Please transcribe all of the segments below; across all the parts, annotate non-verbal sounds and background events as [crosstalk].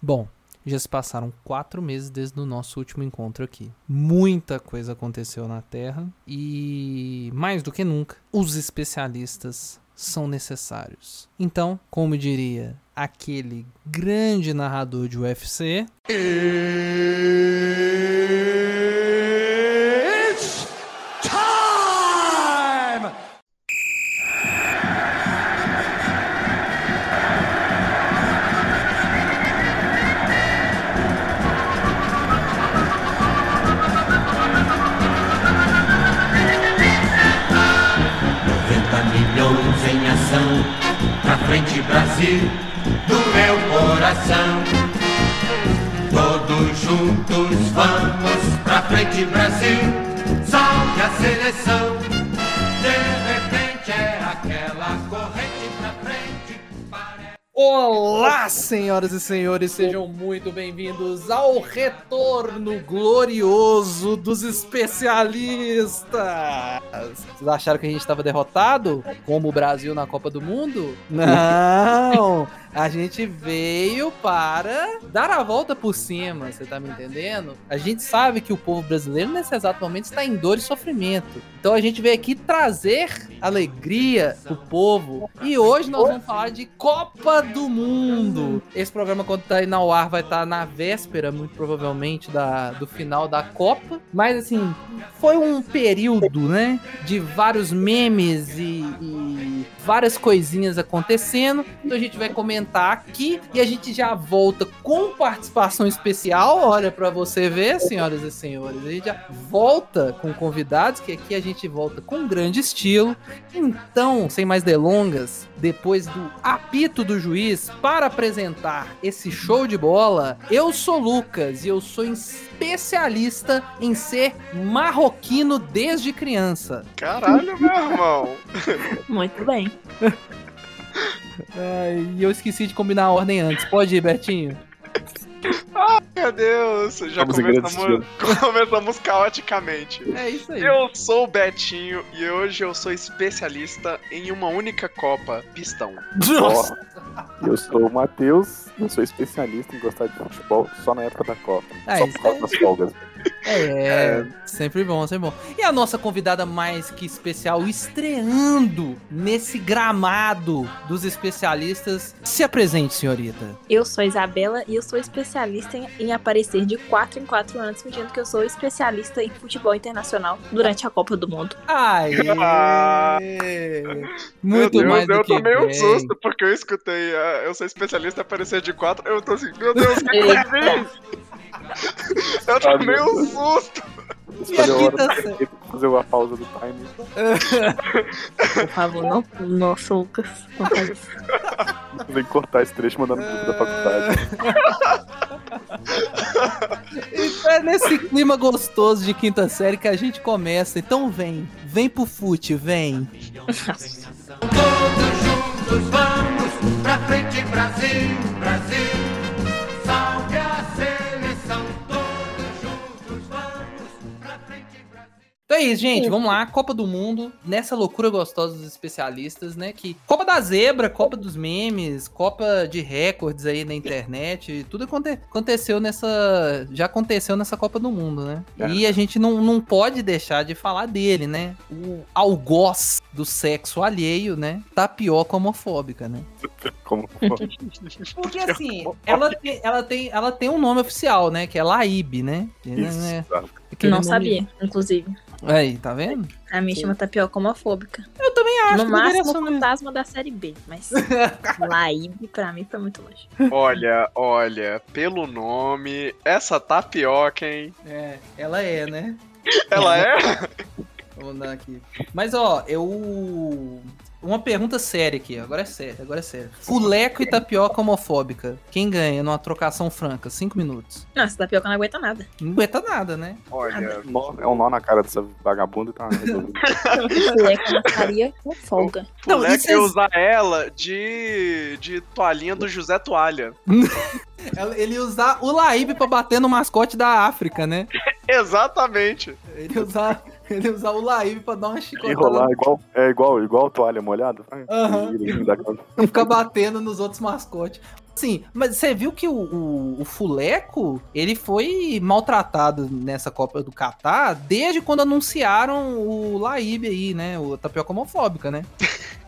Bom, já se passaram quatro meses desde o nosso último encontro aqui. Muita coisa aconteceu na Terra e, mais do que nunca, os especialistas são necessários. Então, como diria aquele grande narrador de UFC, It's time! milhões em ação. Pra frente, Brasil, do meu coração. Todos juntos vamos pra frente, Brasil. Salve a seleção. De repente é aquela corrente pra frente. Parece... Olá, senhoras e senhores, sejam muito bem-vindos ao retorno glorioso dos especialistas. Vocês acharam que a gente estava derrotado, como o Brasil na Copa do Mundo? [laughs] Não! A gente veio para dar a volta por cima, você tá me entendendo? A gente sabe que o povo brasileiro nesse exato momento está em dor e sofrimento. Então a gente veio aqui trazer alegria pro povo. E hoje nós vamos falar de Copa do Mundo. Esse programa, quando tá aí no ar, vai estar na véspera, muito provavelmente, da, do final da Copa. Mas assim, foi um período, né? De vários memes e, e várias coisinhas acontecendo. Então a gente vai comentar aqui e a gente já volta com participação especial. Olha pra você ver, senhoras e senhores. A gente já volta com convidados, que aqui a gente volta com grande estilo. Então, sem mais delongas, depois do apito do juiz para apresentar esse show de bola, eu sou Lucas e eu sou especialista em ser marroquino desde criança. Caralho, meu irmão. Muito bem. Ai, E eu esqueci de combinar a ordem antes. Pode ir, Betinho. Meu Deus. Já Vamos começamos, agradecer. [laughs] começamos caoticamente. É isso aí. Eu sou o Betinho e hoje eu sou especialista em uma única Copa, pistão. Ó, eu sou o Matheus, eu sou especialista em gostar de futebol só na época da Copa. É Ah, só isso por causa das folgas. É, sempre bom, sempre bom. E a nossa convidada mais que especial, estreando nesse gramado dos especialistas, se apresente, senhorita. Eu sou a Isabela e eu sou especialista em, em aparecer de 4 em 4 anos, fingindo que eu sou especialista em futebol internacional durante a Copa do Mundo. [laughs] Aê! Ah. Muito meu mais Deus, do eu que tomei um bem. susto porque eu escutei. ah, eu sou especialista em aparecer de quatro. Eu tô assim, meu Deus, o que que Eita. é? [laughs] eu tomei um susto. E aqui Fazer uma- tá certo. Fazer uma pausa do time. [laughs] Por favor, não. Nossa, Lucas. Não faz isso. Tem que cortar esse trecho e mandar no grupo da faculdade. né? Então é nesse clima gostoso de quinta série que a gente começa. Então vem, vem pro fute, vem. Todos juntos vamos pra frente, Brasil, Brasil. Salve a seleção. Todos juntos vamos pra frente, Brasil. Então é isso, gente. Vamos lá. Copa do Mundo, nessa loucura gostosa dos especialistas, né? Que Copa da Zebra, Copa dos Memes, Copa de Recordes aí na internet, tudo aconte- aconteceu nessa. Já aconteceu nessa Copa do Mundo, né? É. E a gente não, não pode deixar de falar dele, né? O algoz do sexo alheio, né? Tapioca homofóbica, né? [laughs] Como [laughs] Porque assim, ela tem, ela, tem, ela tem um nome oficial, né? Que é Laíbe, né? Que, isso? né, tá? aquele Não nome- sabia, inclusive. Aí, tá vendo? A minha chama tapioca homofóbica. Eu também acho no que deveria máximo, ser um- fantasma da série B. [laughs] Mas Laíbe, pra mim, foi muito longe. Olha, olha, pelo nome, essa tapioca, hein? É, ela é, né? Ela é? Vou mandar aqui. Mas ó, eu. Uma pergunta séria aqui, agora é sério, agora é sério. Fuleco e tapioca homofóbica. Quem ganha numa trocação franca? Cinco minutos. Nossa, tapioca não aguenta [laughs] nada. Não aguenta nada, né? Olha, Nó- É um nó na cara dessa vagabunda e [laughs] tá resolvido. Fuleca não faria com folga. Não, moleque isso é- ia Tipo, né, usar ela de, de toalhinha do José Toalha. [laughs] Ela- Ele ia usar o Laíbe pra bater no mascote da África, né? Exatamente. Ele ia usar, ele ia usar o Laíbe pra dar uma chicotada. Enrolar igual, é igual, igual toalha molhada. Aham. Vira, vira, dá aquela- E ficar batendo nos outros mascotes. Sim, mas você viu que o, o, o Fuleco, ele foi maltratado nessa Copa do Catar desde quando anunciaram o Laíbe aí, né? O tapioca homofóbica, né?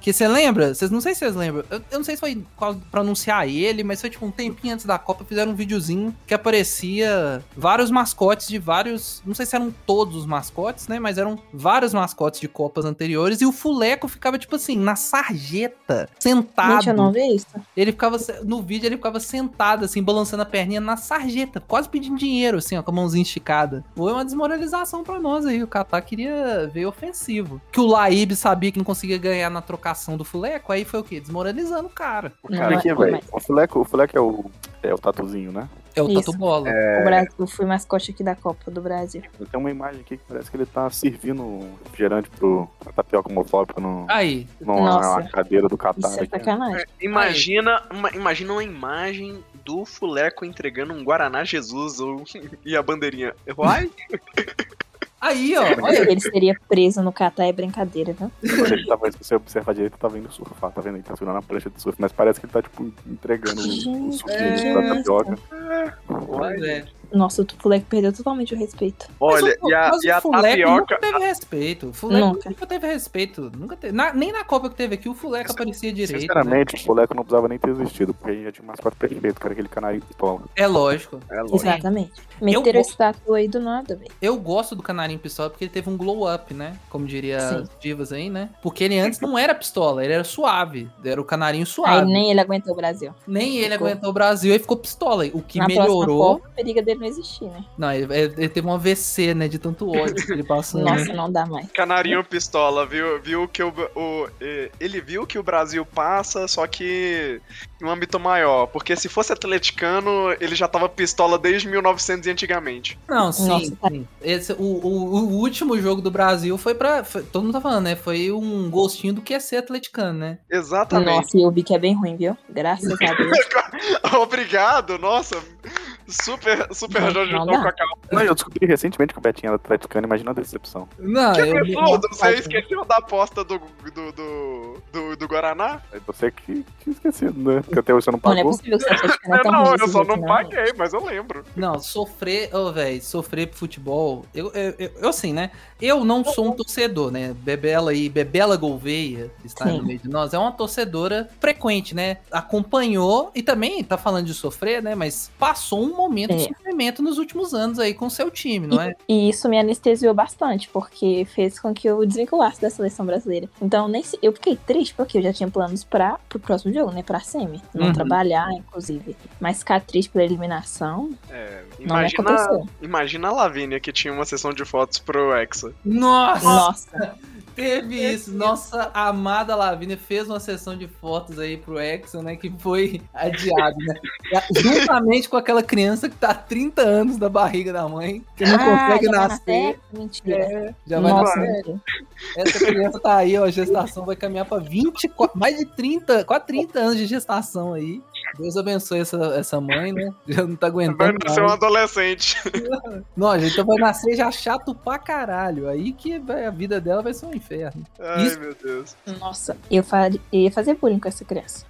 Que você lembra? Vocês não sei se vocês lembram. Eu, eu não sei se foi qual- pra anunciar ele, mas foi tipo um tempinho antes da Copa, fizeram um videozinho que aparecia vários mascotes de vários. Não sei se eram todos os mascotes, né? Mas eram vários mascotes de Copas anteriores. E o Fuleco ficava, tipo assim, na sarjeta, sentado. Gente, eu não vi isso. Ele ficava. No vídeo ele ficava sentado, assim, balançando a perninha na sarjeta, quase pedindo dinheiro, assim, ó, com a mãozinha esticada. Foi uma desmoralização pra nós aí. O Catar queria ver ofensivo. Que o Laíbe sabia que não conseguia ganhar na trocação do Fuleco, aí foi o quê? Desmoralizando o cara. O Não, cara mas- Aqui, velho. O Fuleco, o Fuleco é o. É o tatuzinho, né? É o Isso. Tatu Bola. O Brasil foi mascote aqui da Copa do Brasil. Tem uma imagem aqui que parece que ele tá servindo um refrigerante pro tapioca homofóbico no, Aí, numa Nossa. cadeira do Catar. Isso é aqui. sacanagem. Imagina uma, imagina uma imagem do Fuleco entregando um Guaraná Jesus ou, [laughs] e a bandeirinha. Uai? aí, ó. olha, Ele seria preso no Catar é brincadeira, viu? Mas ele tava, se você observar direito, ele tá vendo surfar, tá vendo? Ele tá segurando a prancha de surf, mas parece que ele tá, tipo, entregando o Gente, suco que da tapioca. pois é. Nossa, o Fuleco perdeu totalmente o respeito. Mas Olha, o- e a, mas e o a Fuleco nunca tapioca. teve respeito. O Fuleco nunca. Nunca. teve respeito. Nunca teve. na- nem na Copa que teve aqui, o Fuleco aparecia direito. né? Sinceramente, o Fuleco não precisava nem ter existido, porque ele já tinha mais quatro perfeitos, cara, aquele canarinho pistola. É lógico. É lógico. Exatamente. Meteram vou- esse tatu aí do nada, velho. Eu gosto do Canarinho Pistola porque ele teve um glow up, né? Como diria Sim. as divas aí, né? Porque ele antes não era pistola, ele era suave. Era o Canarinho Aí suave. nem... nem ele aguentou o Brasil. ele Ficou. aguentou o Brasil e ficou pistola. O que Na melhorou. próxima Copa, a periga dele não existir, né? Não, ele, ele- ele teve um AVC, né? De tanto ódio que ele passou. né? Nossa, não dá mais. Canarinho pistola, viu? Viu que o, o- eh, ele viu que o Brasil passa, só que em um âmbito maior. Porque se fosse atleticano, ele já tava pistola desde 1900 e antigamente. Não, sim. Nossa, tá. sim. Esse- o, o- o último jogo do Brasil foi pra. foi- todo mundo tá falando, né? Foi um gostinho do que é ser atleticano, né? Exatamente. Nossa, e eu vi que é bem ruim, viu? Graças a [laughs] Deus. Obrigado, nossa. Super, super Não, ajudou não com dá. a calma. Não, eu descobri recentemente que o Betinho era atleticano, imagina a decepção. Não, Que eu. absurdo, você faz, esqueceu da aposta do, do, do, do, do Guaraná? É você que tinha esquecido, né? Que até você não Tá Não, não é pagou. possível que você acha [laughs] que não é É, tão não, ruim eu esse só jeito, não velho. paguei, mas eu lembro. Não, sofrer, ô, velho, sofrer pro futebol. Eu, eu, eu, eu assim, né? Eu não sou um torcedor, né? Bebela aí, Bebela Gouveia, que está Sim. no meio de nós, é uma torcedora frequente, né? Acompanhou e também tá falando de sofrer, né? Mas passou um momento de É. sofrimento nos últimos anos aí com seu time, não é? E isso me anestesiou bastante, porque fez com que eu desvinculasse da seleção brasileira. Então, nem se... eu fiquei triste, porque eu já tinha planos para pro próximo jogo, né? Pra semi. Não Uhum. trabalhar, inclusive. Mas ficar triste pela eliminação, É, não me imagina, [laughs] aconteceu. imagina a Lavínia que tinha uma sessão de fotos pro Hexa. Nossa! Nossa, Teve isso. Nossa amada Lavínia fez uma sessão de fotos aí pro Exxon, né? Que foi adiado, né? Juntamente com aquela criança que tá há 30 anos da barriga da mãe, que não Ah, consegue já vai na nascer. É, seca? Mentira. Já vai Nossa, nascer. mentira. Essa criança tá aí, ó. A gestação vai caminhar pra 24, mais de 30, quase 30 anos de gestação aí. Deus abençoe essa, essa mãe, né? Já não tá Vai É aguentando. nascer um Mais. adolescente. [laughs] Não, gente, então vai nascer já chato pra caralho. Aí que vai- a vida dela vai ser um inferno. Ai, Isso- meu Deus. Nossa, eu, fa- eu ia fazer bullying com essa criança.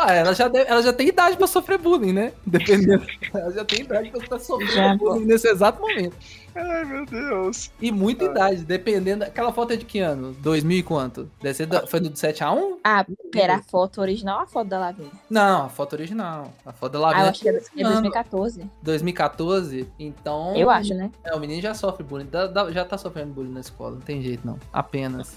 Ah, ela já, deve- ela já tem idade pra sofrer bullying, né? Dependendo. ela já tem idade pra estar sofrendo Já, bullying nesse exato momento. Ai, meu Deus. E muita idade, dependendo. Aquela foto é de que ano? 2000 e quanto? Deve ser da- foi do 7x1? Ah, pera, a foto original ou a foto da Lavínia? Não, a foto original. A foto da Ah, eu Lavínia acho que é da- é 2014. 2014. Então. Eu acho, né? É, o menino já sofre bullying. dá- dá- já tá sofrendo bullying na escola. Não tem jeito, não. Apenas.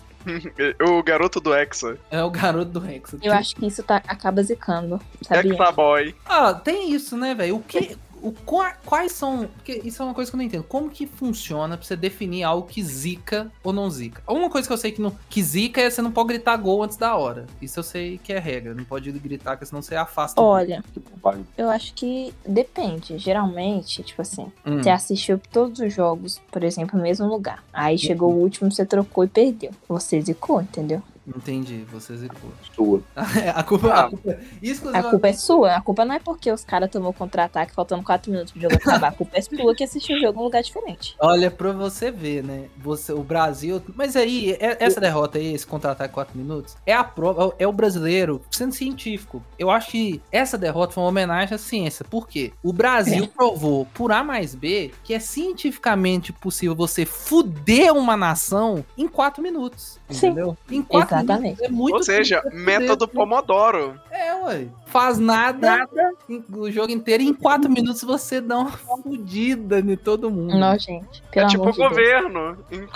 O garoto do Hexa. É o garoto do Rex. Eu acho que isso tá, acaba zicando, sabia? Hexa Boy. Ah, tem isso, né, velho? O que. O, qua- quais são. Porque isso é uma coisa que eu não entendo. Como que funciona pra você definir algo que zica ou não zica? Uma coisa que eu sei que, não, que zica é você não pode gritar gol antes da hora. Isso eu sei que é regra. Não pode gritar, porque senão você afasta. um Olha, Que bobagem. eu acho que depende. Geralmente, tipo assim, Hum. você assistiu todos os Uhum. jogos, por exemplo, no mesmo lugar. Aí chegou o último, você trocou e perdeu. Você zicou, entendeu? Entendi, você execua. Sua. É, [laughs] a culpa, a culpa Ah. A exclusivamente. culpa é sua. A culpa não é porque os caras tomou contra-ataque faltando 4 minutos pro jogo acabar. A culpa é sua que assistiu o jogo em um lugar diferente. Olha, pra você ver, né? Você, o Brasil. Mas aí, é- essa derrota aí, esse contra-ataque 4 minutos, é a prova, é o brasileiro sendo científico. Eu acho que essa derrota foi uma homenagem à ciência. Por quê? O É. Brasil provou, por A mais B, que é cientificamente possível você fuder uma nação em 4 minutos. Sim. Entendeu? Em 4 Exatamente. minutos. É muito Ou seja, tempo pra né? fuder. método Pomodoro. É, ué. Faz nada, em- o jogo inteiro, e em 4 minutos você dá uma fudida em todo mundo. Não, gente. Pelo é tipo amor o de Deus. governo. Em-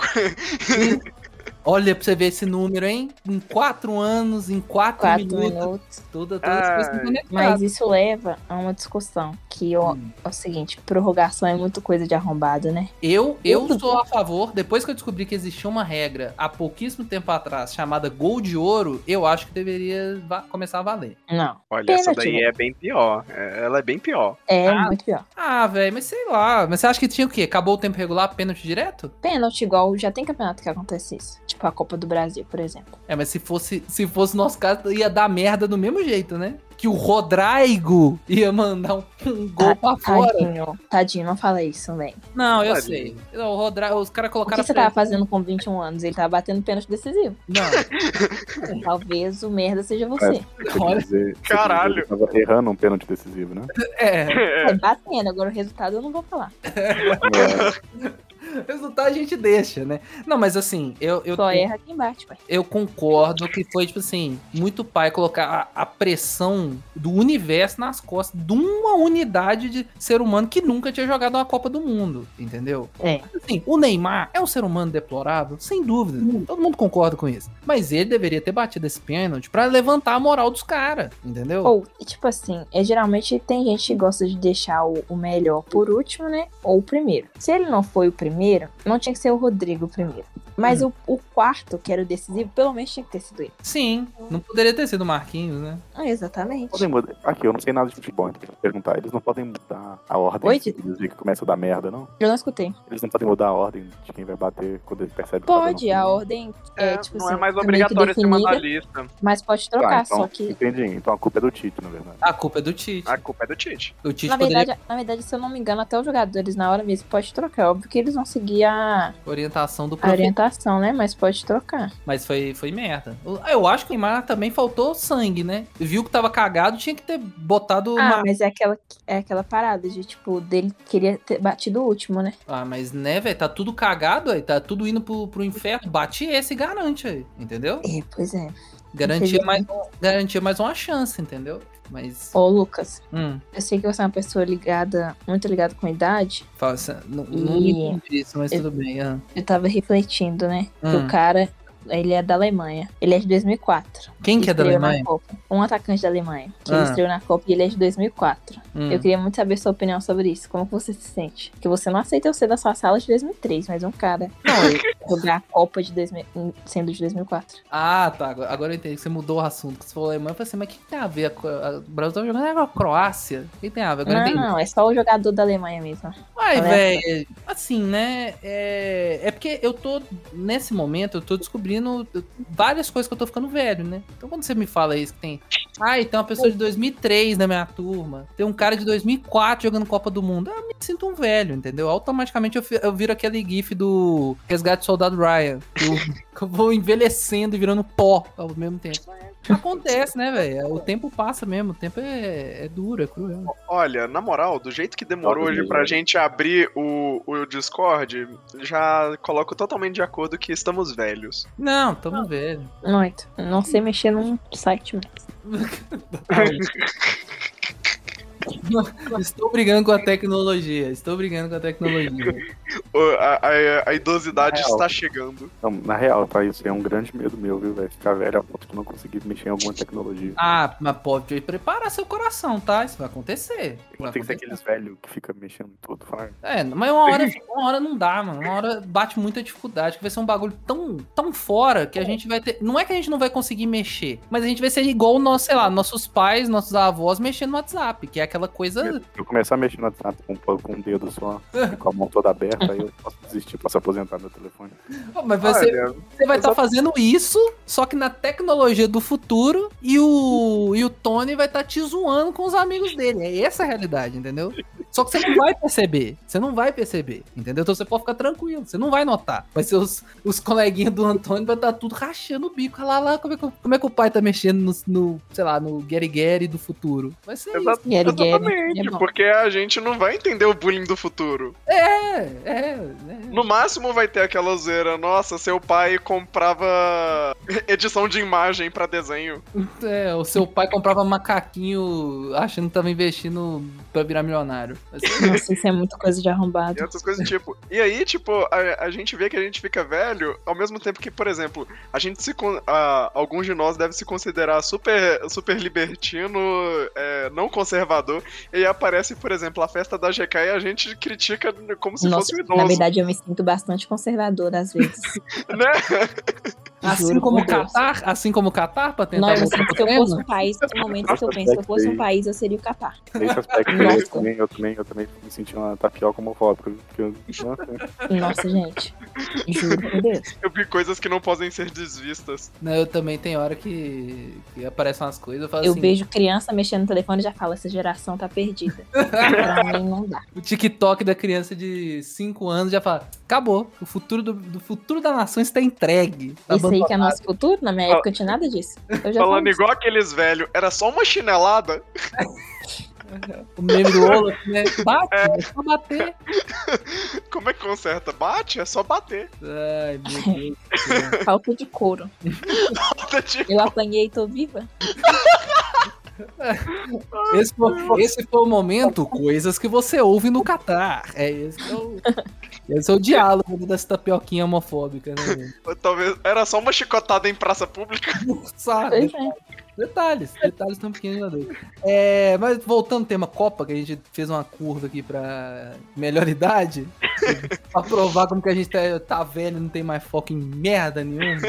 Olha pra você ver esse número, hein? Em quatro anos, em quatro, 4 minutos, minutos. toda, todas as coisas Ai. estão conectadas. Mas isso leva a uma discussão que ó, Hum. é o seguinte, prorrogação é muito coisa de arrombado, né? Eu, eu sou a favor, depois que eu descobri que existia uma regra há pouquíssimo tempo atrás, chamada gol de ouro, eu acho que deveria va- começar a valer. Não. Olha, essa Pênalti, daí né? é bem pior. É- Ela é bem pior. É Ah. muito pior. Ah, velho, mas sei lá. Mas você acha que tinha o quê? Acabou o tempo regular, pênalti direto? Pênalti igual já tem campeonato que acontece isso. Tipo a Copa do Brasil, por exemplo. É, mas se fosse se fosse o nosso caso, ia dar merda do mesmo jeito, né? Que o Rodrigo ia mandar um, um gol Tá, pra fora. Tadinho. Tadinho, não fala isso, velho. Não, eu sei. Tadinho. O Rodrigo, os caras O colocaram... que você a pre- tava fazendo com 21 anos? Ele tava batendo pênalti decisivo. Não, É. Talvez o merda seja você. Você Olha. quer dizer, você quer Caralho. dizer que ele tava errando um pênalti decisivo, né? é... É. batendo, agora o resultado eu não vou falar. É, Resultado a gente deixa, né? Não, mas assim, eu, eu, Só é. erra quem bate, pai. eu concordo que foi, tipo assim, muito pai colocar a, a pressão do universo nas costas de uma unidade de ser humano que nunca tinha jogado uma Copa do Mundo, entendeu? É. Assim, o Neymar é um ser humano deplorável, sem dúvida. Todo mundo concorda com isso. Mas ele deveria ter batido esse pênalti pra levantar a moral dos caras, entendeu? Ou, e tipo assim, é, geralmente tem gente que gosta de deixar o, o melhor por último, né? Ou o primeiro. Se ele não foi o primeiro, não tinha que ser o Rodrigo o primeiro. Mas o, o quarto, que era o decisivo, pelo menos tinha que ter sido ele. Sim, não poderia ter sido o Marquinhos, né? Ah, exatamente. podem mudar. Aqui, eu não sei nada de futebol, então eu quero perguntar. Eles não podem mudar a ordem Oi, de que começa a dar merda, não? Eu não escutei. Eles não podem mudar a ordem de quem vai bater quando eles percebem que tá dando Pode, ruim. a ordem é, É, tipo não assim, é mais meio que obrigatório ser uma definida, analista. mas pode Tá, trocar, então, só que. Entendi. Então a culpa é do Tite, na verdade. A culpa é do Tite. A culpa é do Tite. O Tite Na poderia verdade, na verdade, se eu não me engano, até os jogadores na hora mesmo pode trocar. É Óbvio que eles vão seguir a, orientação do a professor. orientação, né? Mas pode trocar. Mas foi, foi merda. Eu- Eu acho que o Neymar também faltou sangue, né? Viu que tava cagado, tinha que ter botado Ah, uma. mas é aquela, é aquela parada de, tipo, dele queria ter batido o último, né? Ah, mas né, velho? Tá tudo cagado aí, tá tudo indo pro, pro inferno. Bate esse e garante aí, entendeu? É, pois é. Garantia Entendi. mais, um- garantia mais uma chance, entendeu? Mas. Ô, Lucas, Hum, eu sei que você é uma pessoa ligada, muito ligada com a idade. faça. Não, não Ih. entendi isso, mas tudo bem. ah. Eu tava refletindo, né? Que Hum. o cara, ele é da Alemanha. Ele é de 2004. Quem que é da Estreou na Alemanha? Copa. Um atacante da Alemanha. Que Ah. ele estreou na Copa e ele é de 2004. Hum. Eu queria muito saber a sua opinião sobre isso. Como que você se sente? Porque você não aceita eu ser da sua sala de 2003, mas um cara [laughs] Não, eu- jogar a Copa de 2000, sendo de 2004. Ah, tá. agora- Agora eu entendi que você mudou o assunto. Que você falou alemã. Eu falei assim, mas o que que tem a ver? A Co- a- O Brasil tava jogando a Croácia? O que tem a ver? Agora eu Não, entendi. não, é só o jogador da Alemanha mesmo. Ai, Alerta. velho, assim, né? É... é porque eu tô, nesse momento, eu tô descobrindo várias coisas que eu tô ficando velho, né? Então quando você me fala isso, que tem. Ai, tem uma pessoa de 2003 na minha turma, tem um cara de 2004 jogando Copa do Mundo. Eu me sinto um velho, entendeu? Automaticamente eu, fi- eu viro aquele gif do Resgate do Soldado Ryan. que Eu [laughs] vou envelhecendo e virando pó ao mesmo tempo. Acontece, né, velho? O tempo passa mesmo, o tempo é, é duro, é cruel. Olha, na moral, do jeito que demorou Olha, hoje pra gente abrir o, o Discord, já coloco totalmente de acordo que estamos velhos. Não, tamo velho. Muito. Não sei mexer num site mais. Estou brigando com a tecnologia. Estou brigando com a [laughs] tecnologia. O- a, a- a idosidade Real. está chegando. Não, na real, tá? Isso é um grande medo meu, viu, velho? Ficar velho a ponto de não conseguir mexer em alguma tecnologia. Ah, mas pode preparar seu coração, tá? Isso vai acontecer. Vai Tem que acontecer. ser aqueles velhos que ficam mexendo em tudo. Fala, É, mas uma hora, uma hora não dá, mano. Uma hora bate muita dificuldade, que vai ser um bagulho tão, tão fora que a gente vai ter. Não é que a gente não vai conseguir mexer, mas a gente vai ser igual, o nosso, sei lá, nossos pais, nossos avós mexendo no WhatsApp, que é aquela coisa. Eu começar a mexer no WhatsApp com, um- com um dedo só, com a mão toda aberta, aí eu Eu posso desistir, posso aposentar meu telefone. Pô, Mas você, Olha, você vai estar exato. fazendo isso, só que na tecnologia do futuro, e o, e o Tony vai estar te zoando com os amigos dele. É essa a realidade, entendeu? Só que você não vai perceber. Você não vai perceber, entendeu? Então você pode ficar tranquilo, você não vai notar. Mas seus os coleguinhas do Antônio vai estar tudo rachando o bico. Olha lá, lá como, é que, como é que o pai tá mexendo no, no, sei lá, no Gary Gary do futuro. Vai ser isso. Exato. Guerre, guerre. Exatamente, É bom. porque a gente não vai entender o bullying do futuro. É, é, é. No máximo vai ter aquela zoeira, nossa, seu pai comprava [laughs] edição de imagem pra desenho. É, o seu pai comprava macaquinho achando que tava investindo pra virar milionário. Mas- Nossa, isso é muita coisa de E arrombado. essas coisas do tipo. E aí, tipo, a, a gente vê que a gente fica velho, ao mesmo tempo que, por exemplo, a gente se. con- a- alguns de nós devem se considerar super, super libertino, é, não conservador. E aí aparece, por exemplo, a festa da GK e a gente critica como se Nossa, fosse um idoso. na verdade eu me sinto bastante conservadora às [laughs] vezes. Né? Assim Juro como o por Deus. Catar, assim como o Catar pra tentar Não, eu voltar sinto pro que eu tema? fosse um país, no momento que eu penso que eu fosse um país, eu seria o Catar. Nesse [laughs] aspecto, Nossa. eu também, eu também, eu também me senti uma tapioca homofóbica. Porque eu, nossa, [laughs] Nossa, gente. Juro por Deus. Eu vi coisas que não podem ser desvistas. Não, né, eu também tem hora que, que aparecem umas coisas, eu falo Eu assim, vejo criança mexendo no telefone e já falo, essa geração [laughs] tá perdida. pra mim não dá. o TikTok da criança de 5 anos já fala, acabou, o futuro do, do futuro da nação está entregue. Tá Isso aí que é abandonado." nosso futuro? Na minha época eu tinha nada disso. Eu já Falando falo isso. igual aqueles velhos, era só uma chinelada. [laughs] O meme do Olaf, [laughs] né? Bate, é só bater. Como é que conserta? Bate? É só bater. [laughs] Ai, meu [laughs] Deus. do céu. Falta de couro. Tá tipo, Eu apanhei e tô viva. Esse foi, esse foi o momento, coisas que você ouve no Catar. É esse que é o, esse é o diálogo dessa tapioquinha homofóbica, né? gente? talvez era só uma chicotada em praça pública. [laughs] Sabe? Pois é. Detalhes, detalhes tão pequenos da dor. É, mas voltando ao tema Copa, que a gente fez uma curva aqui pra melhor idade, pra provar como que a gente tá, tá velho e não tem mais foco em merda nenhuma.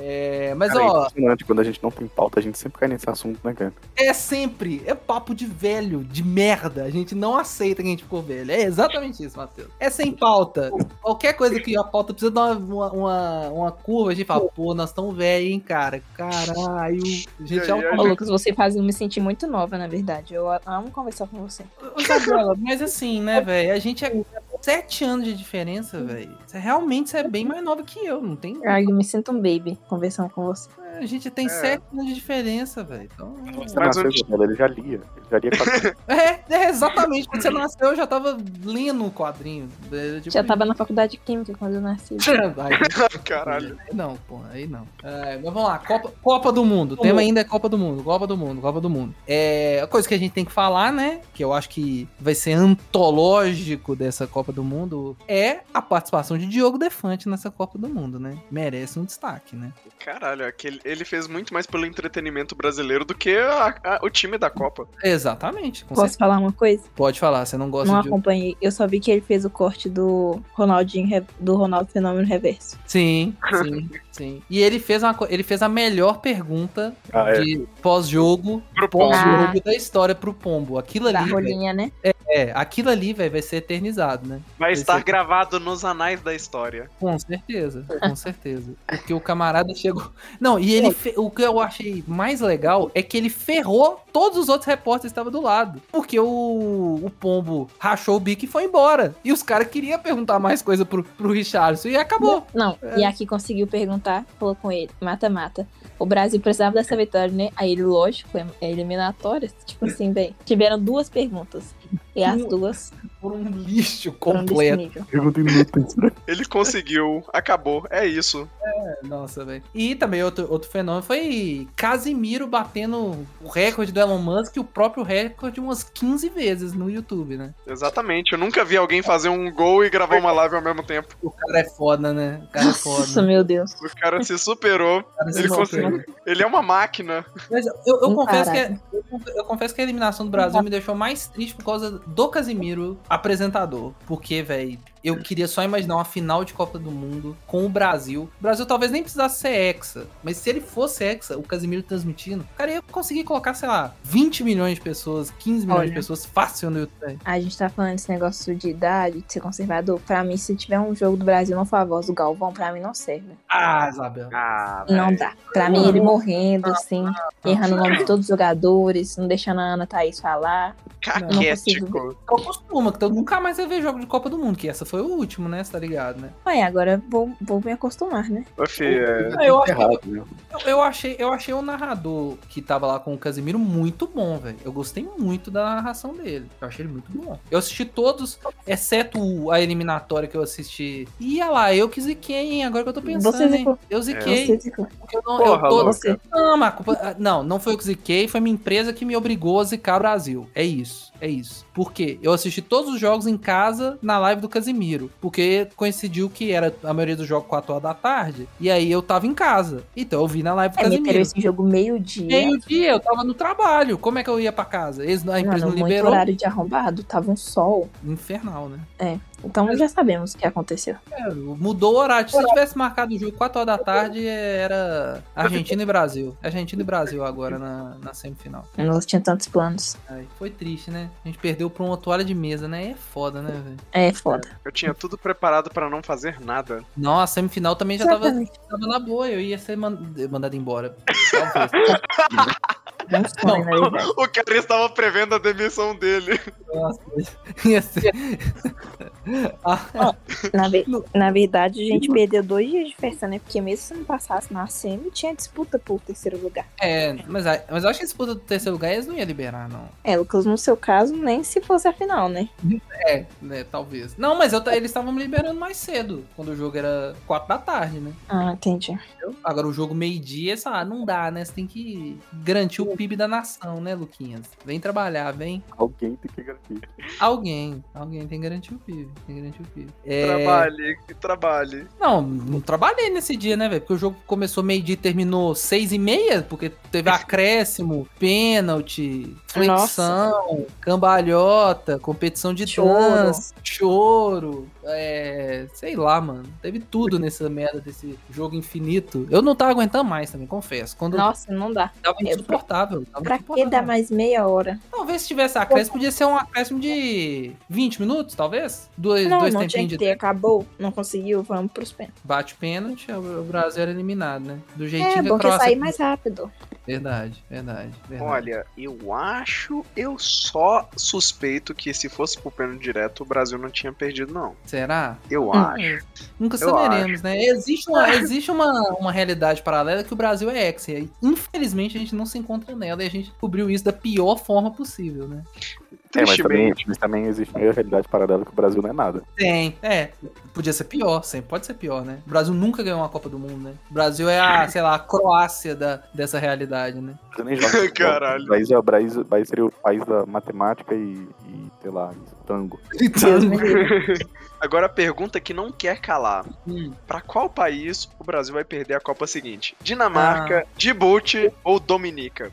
É, mas cara, é ó, impressionante quando a gente não tem pauta, a gente sempre cai nesse assunto, né, cara? É sempre, é papo de velho, de merda. A gente não aceita que a gente ficou velho. É exatamente isso, Matheus. É sem pauta. Qualquer coisa que a pauta precisa dar uma, uma, uma- uma curva, a gente fala, pô, nós tão velho, hein, cara. Caralho. A gente é um E aí, Ô, maluco. Lucas, você faz eu me sentir muito nova, na verdade. Eu amo conversar com você. Ô, Isabela, mas assim, né, velho? A gente é sete anos de diferença, velho. Você realmente você é bem mais nova que eu, não tem? Ai, eu me sinto um baby conversando com você. A gente É. tem sete anos de diferença, velho. Então. Mas Você nasceu, eu- Isabela, ele já lia. Ele já lia quatro- É, é, exatamente. Quando você nasceu, eu já tava lendo o quadrinho. Era tipo Já tava na faculdade de química quando eu nasci. Vai, Caralho. Aí não, pô, aí não. É, mas vamos lá, Copa, Copa do Mundo. O tema ainda é Copa do Mundo, Copa do Mundo, Copa do Mundo. É a coisa que a gente tem que falar, né? Que eu acho que vai ser antológico dessa Copa do Mundo é a participação de Diogo Defante nessa Copa do Mundo, né? Merece um destaque, né? Caralho, aquele, ele fez muito mais pelo entretenimento brasileiro do que a- a- o time da Copa. Exatamente. com Posso certeza. falar uma coisa? Pode falar, você não gosta Não de. acompanhei. Eu só vi que ele fez o corte do Ronaldinho, Re- do Ronaldo Fenômeno Reverso. Sim, sim, [laughs] sim. E ele fez, uma, co- ele fez a melhor pergunta Ah, é. de pós-jogo, Pro Pombo. pós-jogo da história pro Pombo. Aquilo Da ali. velho, rolinha, né? É, aquilo ali, velho, vai ser eternizado, né? Vai estar Esse- gravado nos anais da história. Com certeza, com certeza. Porque o camarada chegou. Não, e ele. fe- O que eu achei mais legal é que ele ferrou todos os outros repórteres que estavam do lado. Porque o, o pombo rachou o bico e foi embora. E os caras queriam perguntar mais coisa pro, pro Richardson e acabou. Não, É. e aqui conseguiu perguntar, falou com ele, mata-mata. O Brasil precisava dessa vitória, né? Aí ele, lógico, é é eliminatórias. Tipo assim, bem. Tiveram duas perguntas. E as duas Por um lixo foram Hum. desse completo. nível. Pergunta inútil. Ele conseguiu, [laughs] acabou, é isso. né? Nossa, velho. E também outro, outro fenômeno foi Casimiro batendo o recorde do Elon Musk e o próprio recorde umas 15 vezes no YouTube, né? Exatamente. Eu nunca vi alguém fazer um gol e gravar uma live ao mesmo tempo. O cara é foda, né? O cara é foda. Nossa, meu Deus. O cara se superou. O cara se Ele superou. conseguiu. Ele é uma máquina. Mas eu, eu confesso que é- Imparável. eu eu confesso que a eliminação do Brasil me deixou mais triste por causa do Casimiro, apresentador. Porque, velho, eu queria só imaginar uma final de Copa do Mundo com o Brasil. O Brasil talvez nem precisasse ser hexa, mas se ele fosse hexa, o Casimiro transmitindo, o cara ia conseguir colocar, sei lá, 20 milhões de pessoas, 15 milhões Olha. de pessoas fácil no YouTube. A gente tá falando desse negócio de idade, de ser conservador. Pra mim, se tiver um jogo do Brasil não for a voz do Galvão, pra mim não serve. Ah, Isabel. Ah, Não velho. dá. Pra mim, ele morrendo, assim, errando o nome de todos os jogadores, não deixando a Ana Thaís falar. Caquético. Eu costumo, que eu nunca mais eu ver jogo de Copa do Mundo, que essa foi o último, né? Você tá ligado, né? Ué, agora vou, vou me acostumar, né? Ô, fi, é, Ah, eu acho que- Errado, né? Eu, eu achei, eu achei o narrador que tava lá com o Casimiro muito bom, velho. Eu gostei muito da narração dele. Eu achei ele muito bom. Eu assisti todos, exceto o- a eliminatória que eu assisti. Ih, olha lá, eu que ziquei, hein? Agora que eu tô pensando, Você hein? zicou. Eu ziquei. Você, porque eu não, Porra, eu tô... louca. você. Não, mas a culpa- Ah, não, não foi eu que ziquei, foi minha empresa que me obrigou a zicar o Brasil. É isso, é isso. Por quê? Eu assisti todos os jogos em casa na live do Casimiro, porque coincidiu que era a maioria dos jogos 4 horas da tarde, e aí eu tava em casa. Então eu vi na live do É, meteram Casimiro. esse jogo meio-dia. Meio-dia, eu tava no trabalho. Como é que eu ia pra casa? Eles, a empresa Mano, não muito liberou. horário de arrombado, tava um sol. Infernal, né? Então já sabemos o que aconteceu. É, mudou o horário. Se tivesse marcado o jogo 4 horas da tarde, era Argentina e Brasil. Argentina e Brasil agora na- na semifinal. Eu não tinha tantos planos. Ai, foi triste, né? A gente perdeu pra uma toalha de mesa, né? É foda, né, velho? É foda. eu tinha tudo preparado pra não fazer nada. Não, a semifinal também já tava, Exatamente. tava na boa. Eu ia ser man- mandado embora. Talvez. [laughs] Um sonho, na verdade. O cara estava prevendo a demissão dele. né? Nossa, ia ser... Na, ve- No- na verdade, a gente perdeu dois dias de festa, né? Porque mesmo se não passasse na SEMI, tinha disputa por terceiro lugar. É, mas, a- mas eu acho que a disputa do terceiro lugar eles não iam liberar, não. É, Lucas, no seu caso, nem se fosse a final, né? É, né? Talvez. Não, mas eu ta- eles estavam me liberando mais cedo, quando o jogo era 4 da tarde, né? Ah, entendi. Agora o jogo meio-dia, sei lá, não dá, né? Você tem que garantir o PIB da nação, né, Luquinhas? Vem trabalhar, vem. [laughs] Alguém tem que garantir. Alguém, alguém tem que garantir o PIB. Tem que garantir o PIB. É, Trabalhe, que trabalhe. Não, não trabalhei nesse dia, né, velho? Porque o jogo começou meio-dia e terminou seis e meia, porque teve acréscimo, pênalti, flexão, cambalhota, competição de Choro. dança, choro, é, sei lá, mano. Teve tudo nessa merda desse jogo infinito. Eu não tava aguentando mais também, confesso. Quando Nossa, não dá. tava eu- insuportável. Tava Pra que insuportável. dar mais meia hora? Talvez se tivesse acréscimo, podia ser um acréscimo de 20 minutos, talvez? Dois, Não, dois né? não tinha tempinhos de que ter. Acabou. Não conseguiu, vamos pros pênaltis. Bate o pênalti, o Brasil era eliminado, né? Do jeitinho É, que a bom que Croácia. sair mais [laughs] rápido. Verdade, verdade, verdade. Olha, eu acho, eu só suspeito que se fosse pro pênalti direto, o Brasil não tinha perdido, não. Será? Eu Hum. é. acho. Nunca Eu saberemos, né? Existe, uma, existe uma, uma realidade paralela que o Brasil é ex. E aí, infelizmente a gente não se encontra nela e a gente descobriu isso da pior forma possível, né? É, mas também, Tristemente. mas também existe uma realidade paralela que o Brasil não é nada. Tem. É, podia ser pior, sempre pode ser pior, né? O Brasil nunca ganhou uma Copa do Mundo, né? O Brasil é a, sei lá, a Croácia da, dessa realidade, né? Você nem [laughs] joga futebol. Caralho. O Brasil, é- o Brasil, o Brasil seria o país da matemática e, e, sei lá, tango. Então, Deus me livre. Agora a pergunta que não quer calar: Hum. Pra qual país o Brasil vai perder a Copa seguinte? Ah. Dinamarca, Djibouti ou Dominica?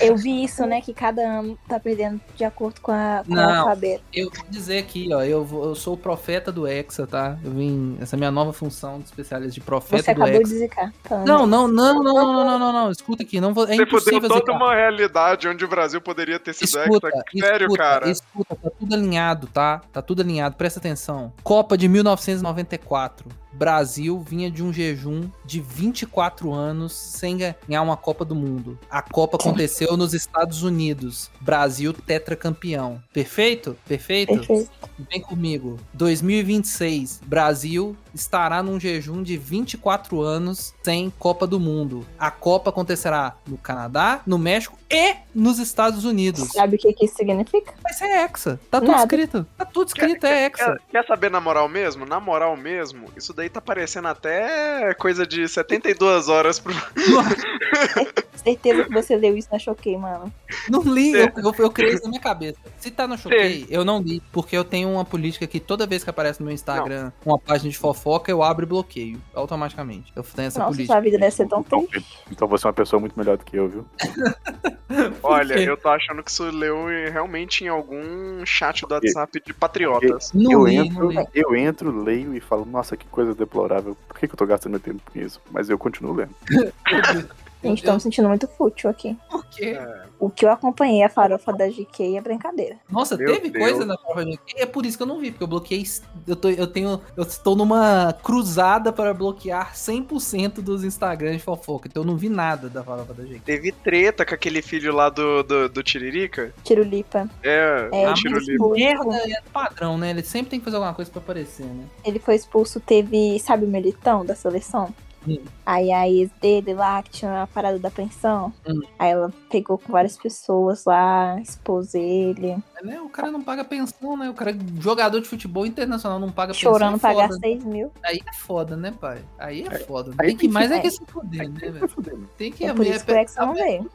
Eu vi isso, né? Que cada ano tá perdendo de acordo com, a, com o Não. alfabeto. Eu vou dizer aqui, ó, eu, vou- eu sou o profeta do Hexa, tá? Eu vim, essa é a minha nova função de especialista de profeta Você do acabou de Hexa. zicar. Tá, falando. Não, não, não, não, não, não, não, não, não, escuta aqui, não vou, é Você fudeu impossível toda zicar. uma realidade onde o Brasil poderia ter sido Escuta, extra. escuta, Sério, cara. escuta, tá tudo alinhado, tá? Tá tudo alinhado, presta atenção. Copa de 1994. Brasil vinha de um jejum de 24 anos sem ganhar uma Copa do Mundo. A Copa aconteceu nos Estados Unidos. Brasil tetracampeão. Perfeito? Perfeito? Perfeito. Vem comigo. 2026, Brasil estará num jejum de 24 anos sem Copa do Mundo. A Copa acontecerá no Canadá, no México e nos Estados Unidos. Sabe o que, que isso significa? Vai ser hexa. Tá tudo Nada. escrito. Tá tudo escrito, é hexa. [laughs] Quer, quer saber na moral mesmo? Na moral mesmo, isso daí tá parecendo até coisa de 72 horas pro. certeza que você leu isso na Choquei, mano. Não li, eu, eu, eu criei isso na minha cabeça. Se tá no Choquei, eu não li, porque eu tenho uma política que toda vez que aparece no meu Instagram uma página de fofoca, eu abro e bloqueio, automaticamente. Eu tenho essa Nossa, política. é sua vida deve ser tão Então, triste. então você é uma pessoa muito melhor do que eu, viu? Olha, quê? eu tô achando que isso leu em- realmente em algum chat do WhatsApp de patriotas. Não né? eu, li, não entro, li. eu entro, leio e falo, nossa, que coisa deplorável. Por que, que eu tô gastando meu tempo com isso? Mas eu continuo lendo. Gente, tô me sentindo muito fútil aqui. Por quê? O que eu acompanhei a farofa da GK é brincadeira. Nossa, Meu teve Deus. coisa na prova de É por isso que eu não vi, porque eu bloqueei. Eu, tô- eu tenho. Eu estou numa cruzada para bloquear 100% dos Instagrams de fofoca. Então eu não vi nada da farofa da GQ. Teve treta com aquele filho lá do, do, do Tiririca. Tirulipa. É, É, Ah, o mas Tirolipa. o- Merda é padrão, né? Ele sempre tem que fazer alguma coisa pra aparecer, né? Ele foi expulso, teve, sabe o militão da seleção? Hum. Aí a ex dele lá, que tinha a parada da pensão. Hum. Aí ela pegou com várias pessoas lá, expôs ele. É, né? O cara não paga pensão, né? O cara, jogador de futebol internacional, não paga chorando pensão. é pagar foda. 6 mil. Aí é foda, né, pai? Aí é foda. Aí Tem que tem mais que- é que se fuder, né, velho? Vai fuder, mano. Tem que É por isso que o Ex não é, veio.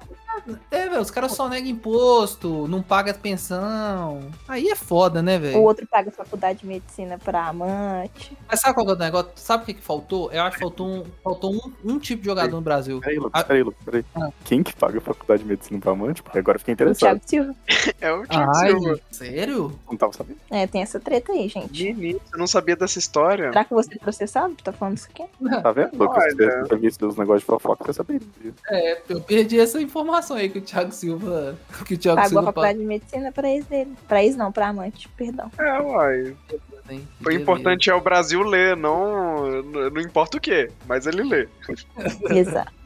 velho, os caras só negam imposto, não pagam pensão. Aí é foda, né, O velho? outro paga faculdade de medicina pra amante. Mas sabe qual que é o negócio? Sabe o que, que faltou? Eu acho que faltou um, faltou um, um tipo de jogador no Brasil. Peraí, Lucas, Ah. peraí, Lucas, peraí. Ah. Quem que paga a faculdade de medicina pra amante? Porque agora eu fiquei O interessado. Thiago Silva. É o Thiago Ai, Silva. sério? Não tava sabendo. É, tem essa treta aí, gente. Menino, Você não sabia dessa história? Será que você é processado por tá falando isso aqui? Tá vendo, Lucas? Olha. Se você sabia dos negócios de fofoca, você saberia disso. É, [laughs] eu perdi essa informação aí que o Thiago Silva. Que o Thiago Pagou a Silva faculdade de medicina pra ex dele. Pra ex não, pra amante, [laughs] perdão. É, uai. pagou, hein? Que O né? beleza. importante é o Brasil ler, não. Não importa o que, mas ele lê. Exato.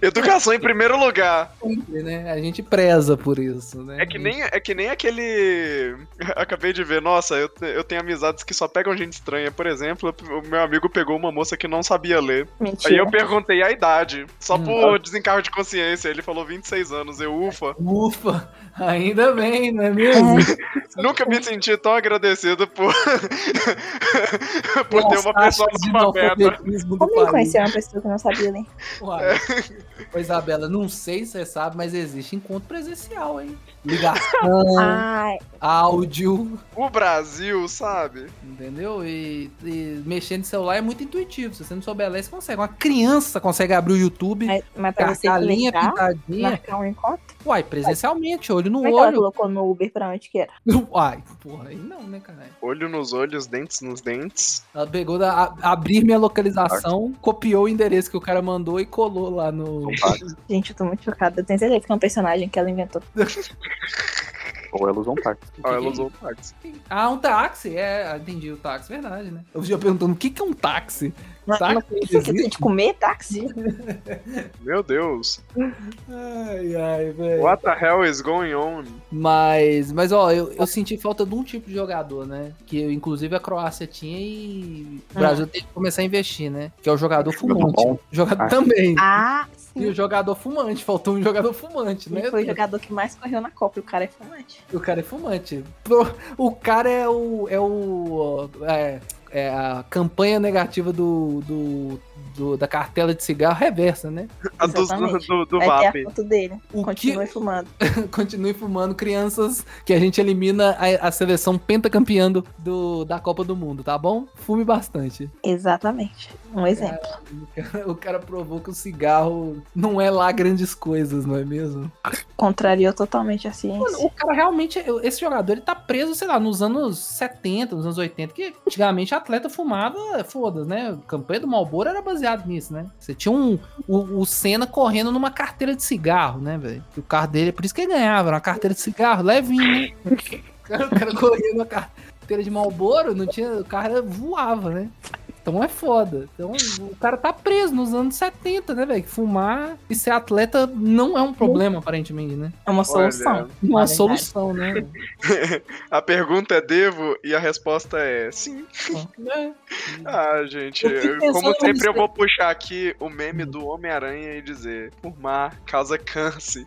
Educação em primeiro lugar. Sempre, né? A gente preza por isso, né? É que nem, é que nem aquele. [laughs] Acabei de ver, nossa, eu, te- eu tenho amizades que só pegam gente estranha. Por exemplo, o meu amigo pegou uma moça que não sabia ler. Aí Mentira. eu perguntei a idade, só Hum. por desencargo de consciência. Ele falou 26 anos, eu ufa. Ufa, ainda bem, não é mesmo? Nunca me senti tão agradecido por. [laughs] por ter uma pessoa analfabeta. Como eu conhecer uma pessoa que não sabia ler? Ô, Isabela, não sei se você sabe, mas existe encontro presencial, hein? [laughs] Ligação, Ah, áudio, O Brasil, sabe? entendeu? E, e mexer no celular é muito intuitivo. Se você não souber ler, você consegue. Uma criança consegue abrir o YouTube, mas, mas pra você a linha clicar, pintadinha. marcar um encontro? Uai, presencialmente, olho no Como é que ela olho. colocou no Uber pra onde que era? [laughs] Uai, porra, aí não, né, caralho? Olho nos olhos, dentes nos dentes. Ela pegou da a- abrir minha localização, copiou o endereço que o cara mandou e colou lá no. Não paga. Gente, eu tô muito chocada. Eu tenho certeza que é um personagem que ela inventou. Ou um elas vão pagar. Ah, que ela é usou o táxi. Ah, um táxi? É, ah, entendi o táxi, verdade, né? Eu já perguntando o que, que é um táxi? Não, Táxi não precisa existe? de comer táxi? Meu Deus. Ai, ai, É. velho. What the hell is going on? Mas, mas ó, eu, eu senti falta de um tipo de jogador, né? Que inclusive a Croácia tinha e o Brasil tem que começar a investir, né? Que é o jogador Jogador fumante. bom. Jogador Ah. também. Ah, E sim. o jogador fumante, faltou um jogador fumante, né? Ele foi o jogador que mais correu na Copa. e O cara é fumante. O cara é fumante. Pro- O cara é o. É o. É, é a campanha negativa do, do, do- da cartela de cigarro reversa, né? A dos, do, Exatamente. do, do Vai ter a VAP. foto dele. O Continua fumando. que continue fumando crianças que a gente elimina a, a seleção pentacampeã do- do, da Copa do Mundo, tá bom? Fume bastante. [laughs] Exatamente. Um exemplo. O cara, o cara provou que o cigarro não é lá grandes coisas, não é mesmo? Contrariou totalmente a Mano, ciência. o cara realmente, esse jogador, ele tá preso, sei lá, nos anos 70, nos anos 80, que antigamente atleta fumava, foda-se, né? A campanha do Malboro era baseada nisso, né? Você tinha um, o, o Senna correndo numa carteira de cigarro, né, velho? E O carro dele, por isso que ele ganhava, era uma carteira de cigarro, levinho, né? O cara, o cara corria numa carteira de Malboro, não tinha, o cara voava, né? Então é foda. Então o cara tá preso nos anos 70, né, velho? Que Fumar e ser atleta não é um problema, aparentemente, né? É uma Olha, solução. Uma Olha, solução, né? A pergunta é devo e a resposta é sim. né? Ah, gente, Eu fico eu- pensando como sempre eu nisso. Uhum. vou puxar aqui o meme do Homem-Aranha e dizer fumar causa câncer.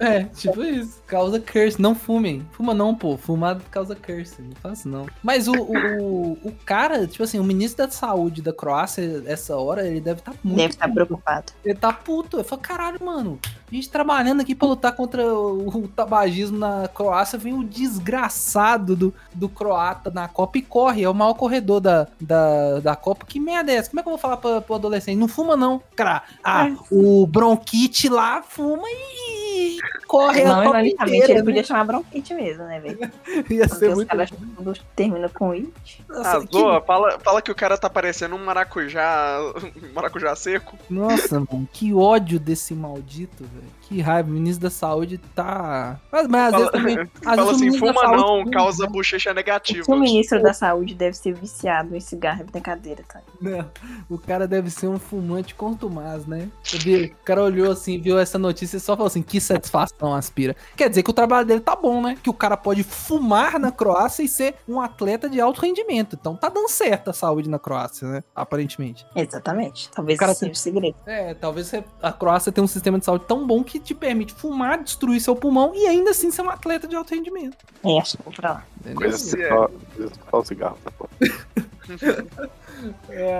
É, tipo isso. Causa curse. Não fumem. Fuma não, pô. Fumar causa curse. Não faz não. Mas o, o, o cara, tipo assim, o ministro da saúde da Croácia, essa hora, ele deve estar muito. Deve estar preocupado. Ele tá puto. Eu falo, caralho, mano. A gente trabalhando aqui pra lutar contra o, o tabagismo na Croácia. Vem o desgraçado do, do croata na Copa e corre. É o maior corredor da, da, da Copa. Que merda é essa? Como é que eu vou falar pra, pro adolescente? Não fuma, não. Cara, É. ah, o bronquite lá fuma e corre a Não, Copa ironicamente, inteira, ele né? podia chamar bronquite mesmo, né, velho? Ia Porque ser os muito. caras todos terminam com it. Nossa, Ah, que- zoa, fala, fala que o cara tá parecendo um maracujá. Um maracujá seco. Nossa, mano, que ódio desse maldito, velho. Que raiva. O ministro da saúde tá. Mas, mas às Fala- vezes também. Às vezes fala o tá assim, ministro da fuma saúde não, fuma, causa bochecha negativa. Se o ministro da saúde deve ser viciado em cigarro, é brincadeira, tá? Não, o cara deve ser um fumante contumaz, né? Eu vi- O cara olhou assim, viu essa notícia e só falou assim: que satisfação, aspira. Quer dizer que o trabalho dele tá bom, né? Que o cara pode fumar na Croácia e ser um atleta de alto rendimento. Então tá dando certo a saúde na Croácia, né? Aparentemente. Exatamente. Talvez O cara esse seja o segredo. É, talvez você- a Croácia tenha um sistema de saúde tão bom que te permite fumar, destruir seu pulmão e ainda assim ser um atleta de alto rendimento. É, acho que vou pra lá. Entendeu? Coisa Se que é. só, coisa que só o cigarro. tá bom.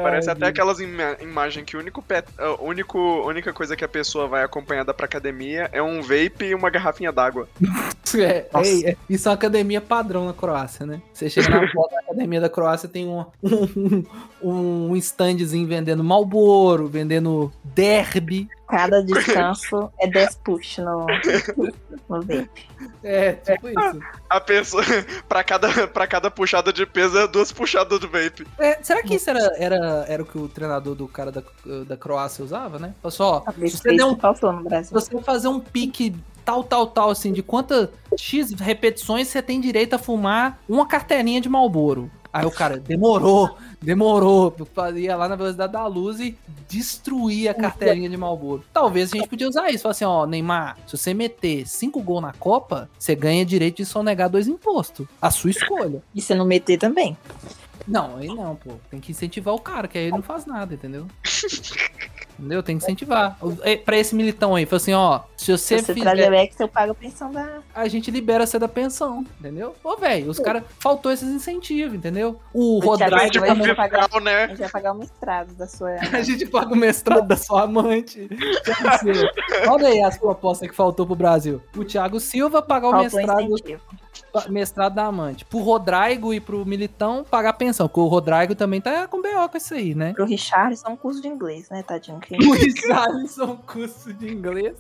Parece É, até aquelas ima imagens que o único pet, a único, única coisa que a pessoa vai acompanhada pra academia é um vape e uma garrafinha d'água. É, Nossa. é, é. isso é uma academia padrão na Croácia, né? Você chega na porta da academia da Croácia, tem um, um, um standzinho vendendo Malboro, vendendo Derby. [laughs] Cada descanso é 10 push no, [laughs] no vape. É, tipo isso. A pessoa, [laughs] pra cada, pra cada puxada de peso, é duas puxadas do vape. É, será que isso era, era, era o que o treinador do cara da, da Croácia usava, né? Falou assim, ó, Talvez se seja você der um isso que faltou no Se Brasil. você fazer um pique tal, tal, tal, assim, de quantas X repetições você tem direito a fumar uma carteirinha de Malboro. Aí o cara, demorou, demorou. Ia lá na velocidade da luz e destruía a carteirinha de Malboro. Talvez a gente podia usar isso. Falar assim, ó, Neymar, se você meter cinco gols na Copa, você ganha direito de sonegar dois impostos. A sua escolha. E se não meter também. Não, aí não, pô. Tem que incentivar o cara, que aí ele não faz nada, [laughs] entendeu? Entendeu? Tem que incentivar. É, Pra esse militão aí, fala assim, ó, se você, Se você fizer- trazer o X, eu pago a pensão da. a gente libera você da pensão, entendeu? Ô, velho, os caras faltou esses incentivos, entendeu? O O Thiago Rodrigo Silva também. vai- pagar. Não, A né? gente vai pagar uma estrada da sua. [laughs] A gente paga o mestrado da sua amante. Thiago Silva. Olha aí as propostas que faltou pro Brasil. O Thiago Silva pagar o Faltou mestrado, incentivo. pa- mestrado da amante. Pro Rodrigo e pro Militão pagar a pensão. Porque o Rodrigo também tá com B.O. com isso aí, [laughs] né? Pro Richardson, um curso de inglês, né, tadinho? [laughs] Que O Richarlison, curso de inglês.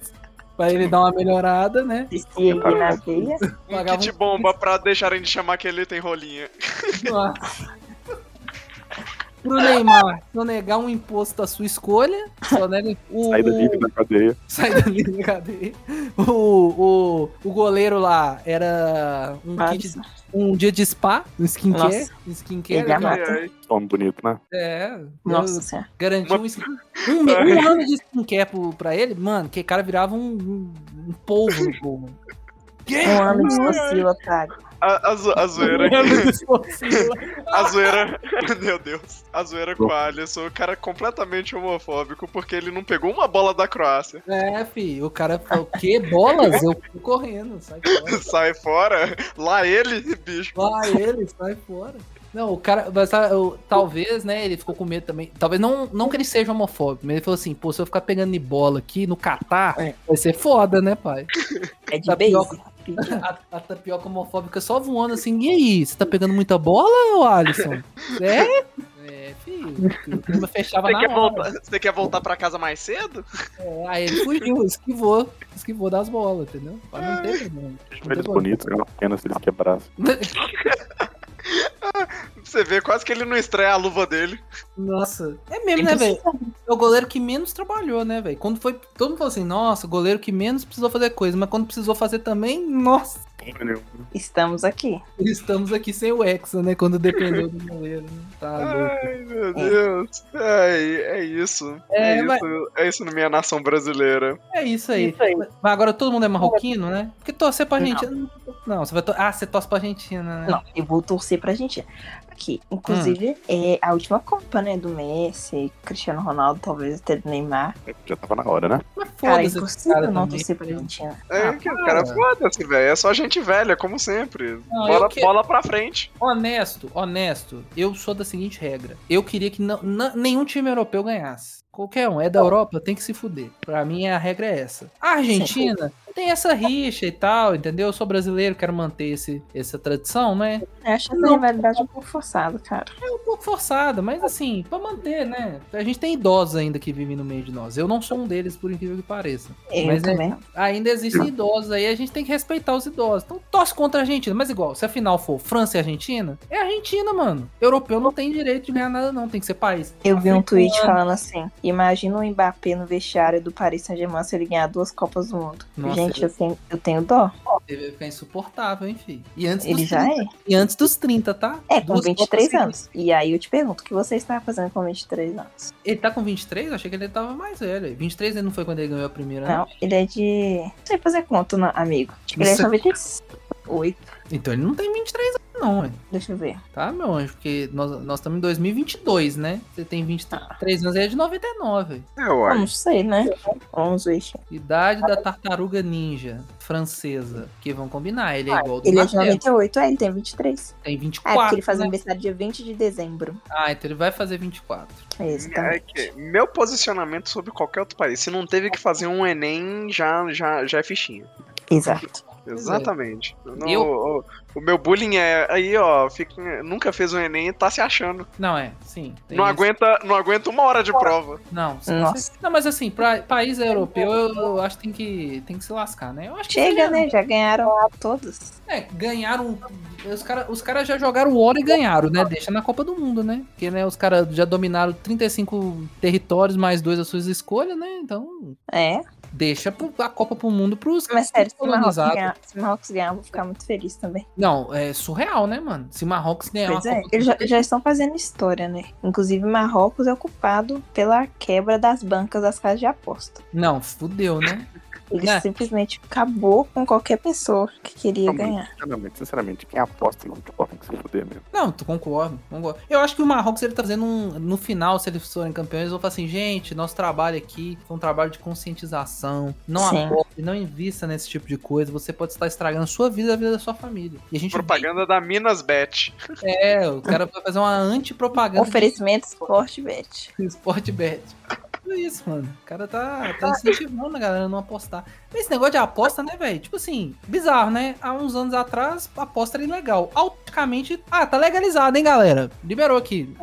Pra ele dar uma melhorada, né? existia aqui na veia. Um Pagava kit um- bomba pra deixarem de chamar que ele tem rolinha. Nossa. Pro Neymar, sonegar um imposto à sua escolha. Sonega o. Saída livre da cadeia. Sai da linha, cadê? O, o, o goleiro lá era um, kit, Nossa, um dia de spa, um skincare. Nossa. Um skincare. Ele é cara. amado. Ai, ai. Homem bonito, né? É, nossa senhora. garantiu Uma- um, skin- um, me- um ano de skincare pro, pra ele, mano, que cara virava um, um, um polvo no gol, mano. Um ano de tá? estocila pago. A, a, zo- a Um zoeira. ano de esforço. [laughs] A zoeira. [laughs] Meu Deus. A zoeira com o Alisson. O cara é completamente homofóbico porque ele não pegou uma bola da Croácia. [laughs] É, fi, o cara falou, que bolas? Eu fui correndo, sai fora. Sai fora. Lá ele, bicho. Lá ele, sai fora. Não, o cara, mas, sabe, eu- talvez, né, ele ficou com medo também. Talvez não, não que ele seja homofóbico, mas ele falou assim, pô, se eu ficar pegando de bola aqui no Catar, É. vai ser foda, né, [laughs] pai? É de base. Tapioca. A, a tapioca homofóbica só voando assim, e aí, você tá pegando muita bola, ô Alisson? [laughs] É? É, filho, filho fechava Você na quer, hora. voltar, você quer voltar pra casa mais cedo? É, aí ele fugiu, esquivou, esquivou das bolas, entendeu? Pra não né? ter, mano. Eles bonitos, é uma pena se eles quebrassem. Você vê quase que ele não estreia a luva dele. Nossa, é mesmo, né, velho? É o goleiro que menos trabalhou, né, velho? Quando foi. Todo mundo falou assim, nossa, o goleiro que menos precisou fazer coisa, mas quando precisou fazer também, nossa, [laughs] Estamos aqui. estamos aqui sem o Hexa, né? Quando dependeu do goleiro. Né? Tá louco. Ai, meu Deus. Ai, é isso. É, É, mas- isso. É isso na minha nação brasileira. É isso aí. Isso aí. Mas agora todo mundo é marroquino, né? Porque torcer pra Argentina. Não, você vai. To... Ah, você torce pra Argentina, né? Não, eu vou torcer pra Argentina. aqui. Inclusive, é a última Copa, né? Do Messi, Cristiano Ronaldo, talvez até do Neymar. Já tava na hora, né? Mas Cara, é foda-se esses impossível caras não também. né? torcer pra Argentina. É, Ah, que o cara para. foda-se, velho. É só gente velha, como sempre. Não, eu bola, que- bola pra frente. Honesto, honesto, eu sou da seguinte regra. Eu queria que não- na- nenhum time europeu ganhasse. Qualquer um, é da Europa, tem que se fuder. Pra mim, a regra é essa. A Argentina tem essa rixa e tal, entendeu? Eu sou brasileiro, quero manter esse, essa tradição, né? Eu acho essa Não. rivalidade um pouco forçada, cara. É um pouco forçada, mas assim, pra manter, né? A gente tem idosos ainda que vivem no meio de nós. Eu não sou um deles, por incrível que pareça. Eu Mas é- também. Ainda existem idosos aí, a gente tem que respeitar os idosos. Então torce contra a Argentina. Mas igual, se a final for França e Argentina, é Argentina, mano. Europeu não tem direito de ganhar nada, não. Tem que ser país. Eu vi um Africano. tweet falando assim: imagina o Mbappé no vestiário do Paris Saint-Germain se ele ganhar duas Copas do Mundo. Nossa, Gente, ele- eu tenho, eu tenho dó. Ele vai ficar insuportável, enfim. E antes Ele dos já 30, é. E antes dos 30, tá? É, com Duas 23 Copas anos. E aí eu te pergunto: o que você está fazendo com 23 anos? seguidas. Ele tá com 23? Eu achei que ele tava mais velho. 23 ele não foi quando ele ganhou a primeira, né? Não, ele é de. Não sei fazer conta, não, amigo. Ele é de Isso. 98. Então ele não tem 23 anos, não, ué. Deixa eu ver. Tá, meu anjo? Porque nós, nós estamos em 2022, né? Você tem 23 anos, ele é de 99. É, uai. Não sei, né? Vamos ver. gente. Idade da tartaruga ninja francesa. Que vão combinar, ele é igual ao do Ele é de Marcelo, 98, é, ele tem 23. tem É, porque 24. ele faz né? aniversário dia 20 de dezembro. Ah, então ele vai fazer 24. É isso, tá? É que meu posicionamento sobre qualquer outro país. Se não teve que fazer um Enem, já, já, já é fichinha. Exato. Exatamente. No- Eu- o, o meu bullying é aí, ó, fica- nunca fez um Enem e tá se achando. Não, é, sim. tem Não isso. aguenta, não aguenta uma hora de prova. Não, sim, Nossa. sim. não, mas assim, pra país europeu, eu, eu acho que tem, que tem que se lascar, né? Eu acho que Chega, seria- né? Já ganharam todos. É, ganharam. Os caras os cara já jogaram o ouro e ganharam, né? Deixa na Copa do Mundo, né? Porque né, os caras já dominaram 35 territórios, mais dois as suas escolhas, né? Então, É. deixa pro- a Copa pro mundo pros Mas sério, se o pros Marrocos colonizados. ganhar, se o Marrocos ganhar, eu vou ficar muito feliz também. Não, é surreal, né, mano? Se Marrocos ganhar pois uma é, Copa do eles já, Mundo- já estão fazendo história, né? Inclusive, Marrocos é ocupado pela quebra das bancas das casas de aposta. Não, fudeu, né? Ele É. simplesmente acabou com qualquer pessoa que queria Também. ganhar. Sinceramente, sinceramente, quem aposta em futebol tem que se fuder mesmo. Não, tu concordo, concordo. Eu acho que o Marrocos ele tá fazendo um. No final, se eles forem campeões, eles vão falar assim, gente, nosso trabalho aqui foi um trabalho de conscientização. Não Sim. apoie, não invista nesse tipo de coisa. Você pode estar estragando a sua vida e a vida da sua família. E a gente. Propaganda da Minas Bet. É, o cara vai fazer uma antipropaganda Oferecimento Sportbet. [laughs] do Sportbet. Tudo É isso, mano. O cara tá, tá incentivando a galera a não apostar. Mas esse negócio de aposta, né, velho? Tipo assim, bizarro, né? Há uns anos atrás, aposta era ilegal. Automaticamente. Ah, tá legalizado, hein, galera? Liberou aqui.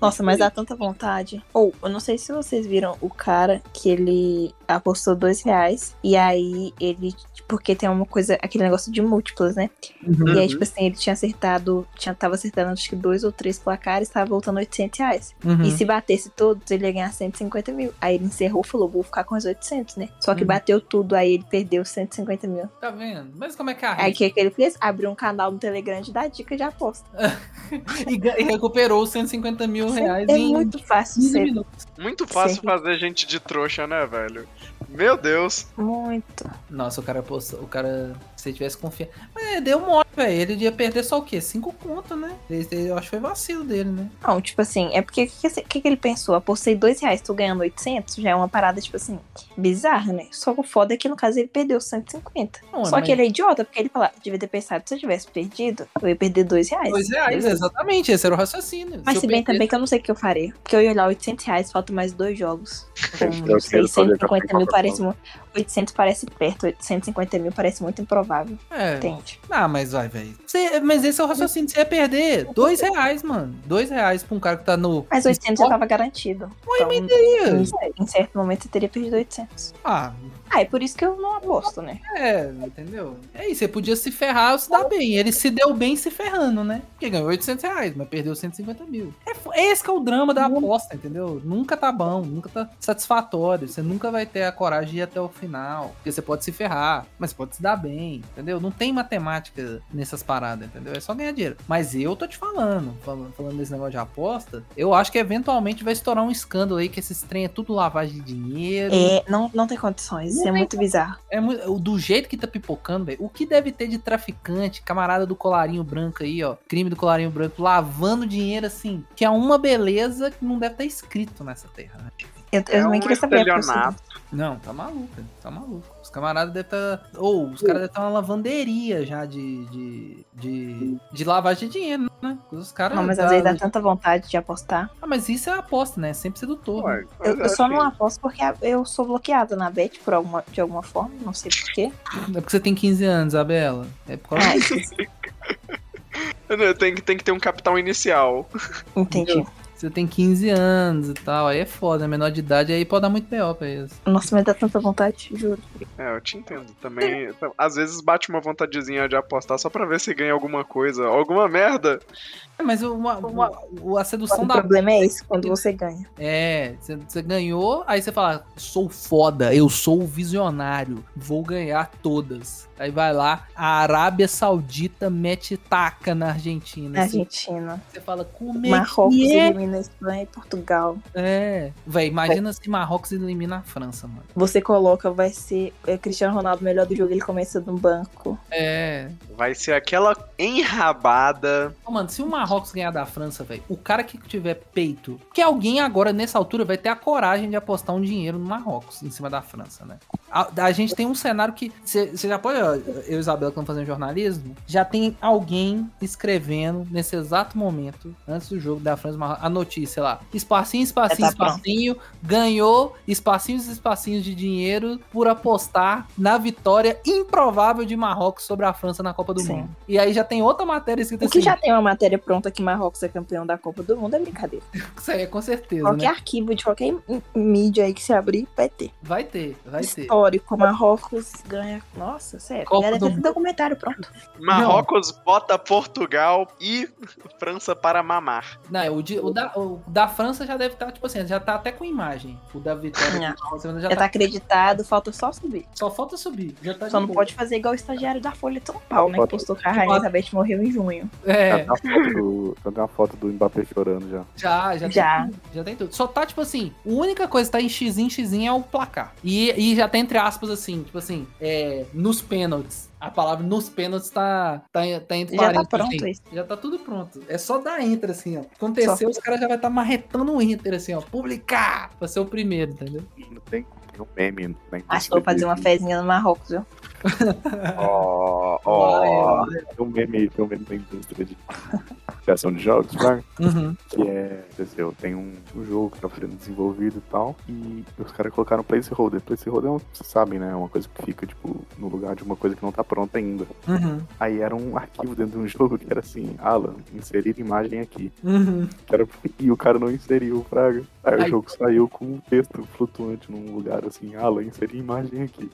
Nossa, mas dá tanta vontade. Ou, eu não sei se vocês viram o cara que ele apostou dois reais e aí ele. Porque tem uma coisa, aquele negócio de múltiplas, né? Uhum. E aí, tipo assim, ele tinha acertado, tinha, tava acertando acho que dois ou três placares, tava voltando 800 reais. Uhum. E se batesse todos, ele ia ganhar 150 mil. Aí ele encerrou, falou, vou ficar com os 800, né? Só que Uhum. bateu tudo, aí ele perdeu os 150 mil. Tá vendo? Mas como é que é a Aí o rixa? que, que ele fez? Abriu um canal no Telegram de dar dica de aposta. E, ga- e recuperou os 150 mil reais é em muito fácil de 15 ser. minutos. Muito fácil Sim. fazer gente de trouxa, né, velho? Meu Deus. Muito. Nossa, o cara postou, o cara, se ele tivesse confiança. Mas é, deu mole, velho. Ele ia perder só o quê? 5 conto, né? Esse- Eu acho que foi vacilo dele, né? Não, tipo assim, é porque o que, que esse- que, que ele pensou? Apostei dois reais, tô ganhando 800, já é uma parada, tipo assim, bizarra, né? Só que o foda é que no caso ele perdeu 150. Não, Só mas- que ele é idiota, porque ele fala, devia ter pensado, se eu tivesse perdido, eu ia perder dois reais. Dois reais, exatamente. Esse era o raciocínio. é Mas se, eu bem perder- também que eu não sei o que eu farei. Porque eu ia olhar 800 reais, falta mais dois jogos. Gente, Então, eu quero fazer 650 mil Coca-Cola. parece muito. 800 parece perto, 850 mil parece muito improvável. É. Entende? Ah, mas vai, velho. Você- Mas esse é o raciocínio. Você ia perder dois reais, mano. Dois reais pra um cara que tá no. um Mas 800 já Esporte. tava garantido. Então, em- em certo momento eu teria perdido 800. Ah, Ah, é por isso que eu não aposto, né? É, entendeu? É isso, você podia se ferrar ou se dar bem. Ele se deu bem se ferrando, né? Porque ganhou 800 reais, mas perdeu 150 mil. É, fo- esse que é o drama da aposta, entendeu? Nunca tá bom, nunca tá satisfatório. Você nunca vai ter a coragem de ir até o final. Porque você pode se ferrar, mas pode se dar bem, entendeu? Não tem matemática nessas paradas, entendeu? É só ganhar dinheiro. Mas eu tô te falando, fal- falando desse negócio de aposta, eu acho que eventualmente vai estourar um escândalo aí que esses trem é tudo lavagem de dinheiro. É, não, não tem condições. Isso é muito bizarro. É muito, do jeito que tá pipocando, velho. O que deve ter de traficante, camarada do colarinho branco aí, ó. Crime do colarinho branco, lavando dinheiro assim, que é uma beleza que não deve estar escrito nessa terra, né? Eu, É eu também um queria saber. porque eu sou- estelionato. Não, tá maluco, velho, tá maluco. Os camaradas devem estar. Ou, os caras devem estar uma lavanderia já de. de. de, de lavagem de dinheiro, né? Os caras. Não, mas às da- vezes dá tanta vontade de apostar. Ah, mas isso é aposta, né? É Sempre sedutor. né? Ué, Eu, eu só assim, não aposto porque a- eu sou bloqueada na Bet por alguma, de alguma forma, não sei porquê. É porque você tem 15 anos, Abela. É por causa Ah, [laughs] disso. Tem que, tem que ter um capital inicial. entendi. Você tem 15 anos e tal. Aí é foda, né? menor de idade aí pode dar muito pior pra eles. Nossa, mas dá tanta vontade, juro. É, eu te entendo. Também, então, às vezes bate uma vontadezinha de apostar só pra ver se ganha alguma coisa, alguma merda. É, mas uma, uma- o- a sedução O da. problema é esse, quando você ganha. É, você- você ganhou, aí você fala, sou foda, eu sou o visionário, vou ganhar todas. Aí vai lá, a Arábia Saudita mete taca na Argentina. Na Você- Argentina, Você fala, como é Marrocos que é? elimina a Espanha e Portugal. É. Véi, imagina se Marrocos elimina a França, mano. Você coloca, vai ser é, Cristiano Ronaldo melhor do jogo, ele começa no banco. É. Vai ser aquela enrabada. Ô, Mano, se o Marrocos ganhar da França, velho, o cara que tiver peito, que alguém agora nessa altura vai ter a coragem de apostar um dinheiro no Marrocos em cima da França, né? A, a gente tem um cenário que você já pode, ó, eu e a Isabela que estamos fazendo jornalismo, já tem alguém escrevendo nesse exato momento, antes do jogo da França, e Marrocos, a notícia sei lá, espacinho, espacinho, Já tá pronto. espacinho, ganhou espacinhos e espacinhos de dinheiro por apostar na vitória improvável de Marrocos sobre a França na Copa do Sim. Mundo. E aí já tem outra matéria escrita O que assim. já tem uma matéria pronta que Marrocos é campeão da Copa do Mundo é brincadeira. Isso aí é com certeza, Qualquer né? arquivo de qualquer m- mídia aí que se abrir, vai ter. Vai ter, vai ter. Histórico, Marrocos ganha. Nossa, sério. Copa Já deve do ter documentário pronto. Marrocos bota Portugal e França para mamar. Não, é, o, de- o da, o da França já deve estar, tipo assim, já tá até com imagem. O da Vitória Não. já, Já tá, tá acreditado, falta só subir. Só falta subir. Já tá Só de não boa. pode fazer igual o estagiário da Folha de São Paulo, né? Que Pode. postou que a Rainha Elizabeth morreu em junho. É, Já tem uma foto [laughs] do- já tem uma foto do Mbappé chorando já. já, já, Já. Tem, tudo, já tem tudo. Só tá, tipo assim, a única coisa que tá em x em x é o placar. E, e já tá entre aspas, assim, tipo assim, é, nos pênaltis. A palavra nos pênaltis tá, tá, tá entre Já tá parênteses, pronto assim. isso. Já tá tudo pronto. É só dar enter, assim, ó. Aconteceu, Só. os caras já vai estar marretando o enter, assim, ó. Publicar! Pra ser o primeiro, entendeu? Não tem, tem um meme. Né? Acho que eu vou fazer uma fezinha no Marrocos, viu? Ó, ó. Tem um meme, tem um meme da indústria de criação de jogos, Fraga, Uhum. que é, eu tenho um, um jogo que tá sendo desenvolvido e tal, e os caras colocaram placeholder. Placeholder é um, vocês sabem, né? É uma coisa que fica, tipo, no lugar de uma coisa que não tá pronta ainda. Uhum. Aí era um arquivo dentro de um [laughs] jogo que era assim, Alan, inserir imagem aqui. Uhum. Que era- e o cara não inseriu, Fraga. Aí Ai. o jogo saiu com um texto flutuante num lugar assim, Alan, inserir imagem aqui.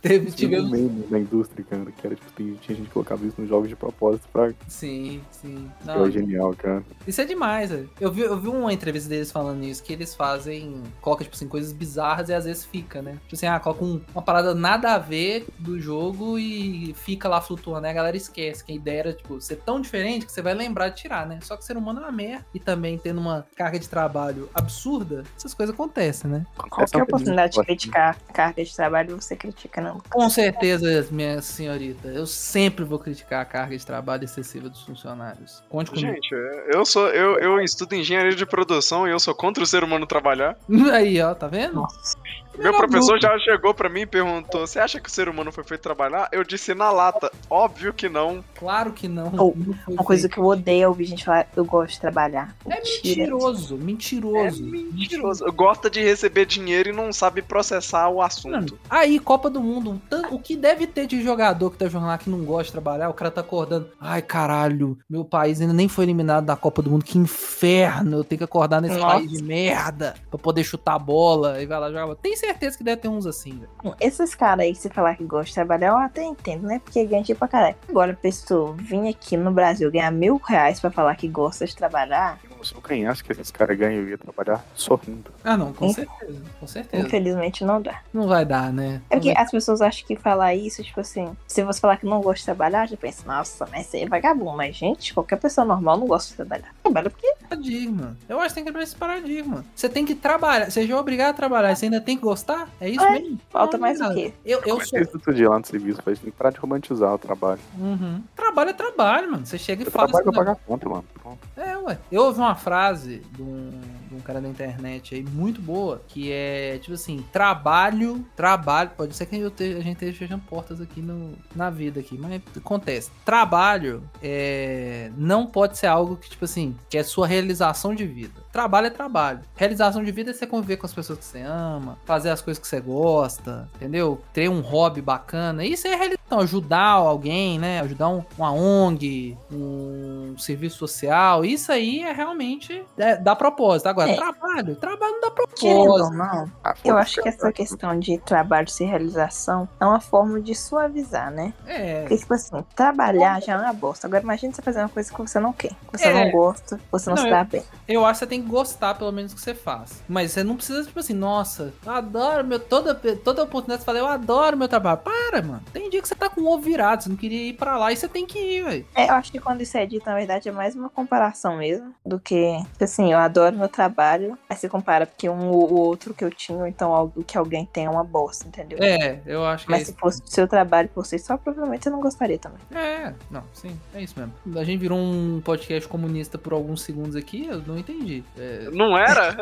Teve, Tinha um tivemos. meme na indústria, cara, que era tipo, tem- tinha gente que colocava isso nos jogos de propósito, Fraga. Sim, sim. Que é Não, genial, cara. isso é demais, velho. Eu vi, eu vi uma entrevista deles falando isso, que eles fazem. Coloca, tipo assim, coisas bizarras e às vezes fica, né? Tipo assim, ah, coloca um- uma parada nada a ver do jogo e fica lá flutuando, né? A galera esquece. Que a ideia era, tipo, ser tão diferente que você vai lembrar de tirar, né? Só que o ser humano é uma merda. E também tendo uma carga de trabalho absurda, essas coisas acontecem, né? Essa é Qualquer uma oportunidade de coisa- criticar a carga de trabalho, você critica, não. Com certeza, minha senhorita. Eu sempre vou criticar a carga de trabalho excessiva dos funcionários. Conte comigo. Gente, é, eu sou. Eu, eu estudo engenharia de produção e eu sou contra o ser humano trabalhar. [laughs] Aí, ó, tá vendo? Nossa. Meu professor já chegou pra mim e perguntou: Você acha que o ser humano foi feito trabalhar? Eu disse na lata. Óbvio que não. Claro que não. Ou, não foi Uma coisa feito. que eu odeio é ouvir gente falar, eu gosto de trabalhar. É mentiroso, É mentiroso. mentiroso. Mentiroso. Gosta de receber dinheiro e não sabe processar o assunto. Aí, Copa do Mundo, um tan- o que deve ter de jogador que tá jogando lá que não gosta de trabalhar, o cara tá acordando. Ai, caralho, meu país ainda nem foi eliminado da Copa do Mundo, que inferno! Eu tenho que acordar nesse Nossa. país de merda pra poder chutar a bola e vai lá jogar. Tem certeza que deve ter uns assim, velho. Esses caras aí que você falar que gosta de trabalhar, eu até entendo, né? Porque ganha dinheiro pra caralho. Agora, pessoa, vim aqui no Brasil ganhar mil reais pra falar que gosta de trabalhar, Se eu ganhasse que esses caras ganham, eu ia trabalhar sorrindo. Ah, não, com Hum. certeza, com certeza. infelizmente não dá. Não vai dar, né? É porque as pessoas acham que falar isso, tipo assim, se você falar que não gosta de trabalhar, já pensa, nossa, mas você é vagabundo. Mas, gente, qualquer pessoa normal não gosta de trabalhar. Trabalha porque paradigma. Eu acho que tem que quebrar esse paradigma. Você tem que trabalhar, você já é obrigado a trabalhar, você ainda tem que gostar? É isso É. mesmo? Falta Não, mais o nada. quê? Eu, eu Mas sou. isso todo dia lá no serviço, faz tem que parar tipo de romantizar o trabalho. Uhum. Trabalho é trabalho, mano. Você chega e Eu fala trabalho pra esse pagar conta, mano. Pronto. É, ué. Eu ouvi uma frase de um, de um cara da internet aí muito boa, que é tipo assim, trabalho, trabalho. Pode ser que eu te- a gente esteja fechando portas aqui no, na vida aqui, mas acontece. Trabalho é, não pode ser algo que, tipo assim, que é sua realização de vida. Trabalho é trabalho. Realização de vida é você conviver com as pessoas que você ama, fazer as coisas que você gosta, entendeu? Ter um hobby bacana. Isso é realização. Ajudar alguém, né? Ajudar um, uma ONG, um serviço social. Isso aí é realmente é, dá propósito. Agora, É. trabalho. Trabalho não dá Querendo propósito. ou não, Ah, Eu foda-se, acho que cara. essa questão de trabalho sem realização é uma forma de suavizar, né? É. Porque, tipo assim, trabalhar já é uma bosta. Agora, imagina você fazer uma coisa que você não quer, que você É. não gosta, que você não, Não, se dá bem. Eu acho que você tem que gostar pelo menos do que você faz. Mas você não precisa, tipo assim, nossa, eu adoro meu. Toda, toda oportunidade você fala, eu adoro meu trabalho. Para, mano. Tem dia que você tá com o ovo virado, você não queria ir pra lá e você tem que ir, velho. É, eu acho que quando isso é dito, na verdade, é mais uma comparação mesmo do que, tipo assim, eu adoro meu trabalho, aí você compara porque um ou outro que eu tinha, ou então algo que alguém tem é uma bosta, entendeu? É, eu acho que é Mas isso. se fosse o seu trabalho por si só, provavelmente você não gostaria também. É, não, sim, é isso mesmo. A gente virou um podcast comunista por alguns segundos aqui, eu não entendi. É, Não era?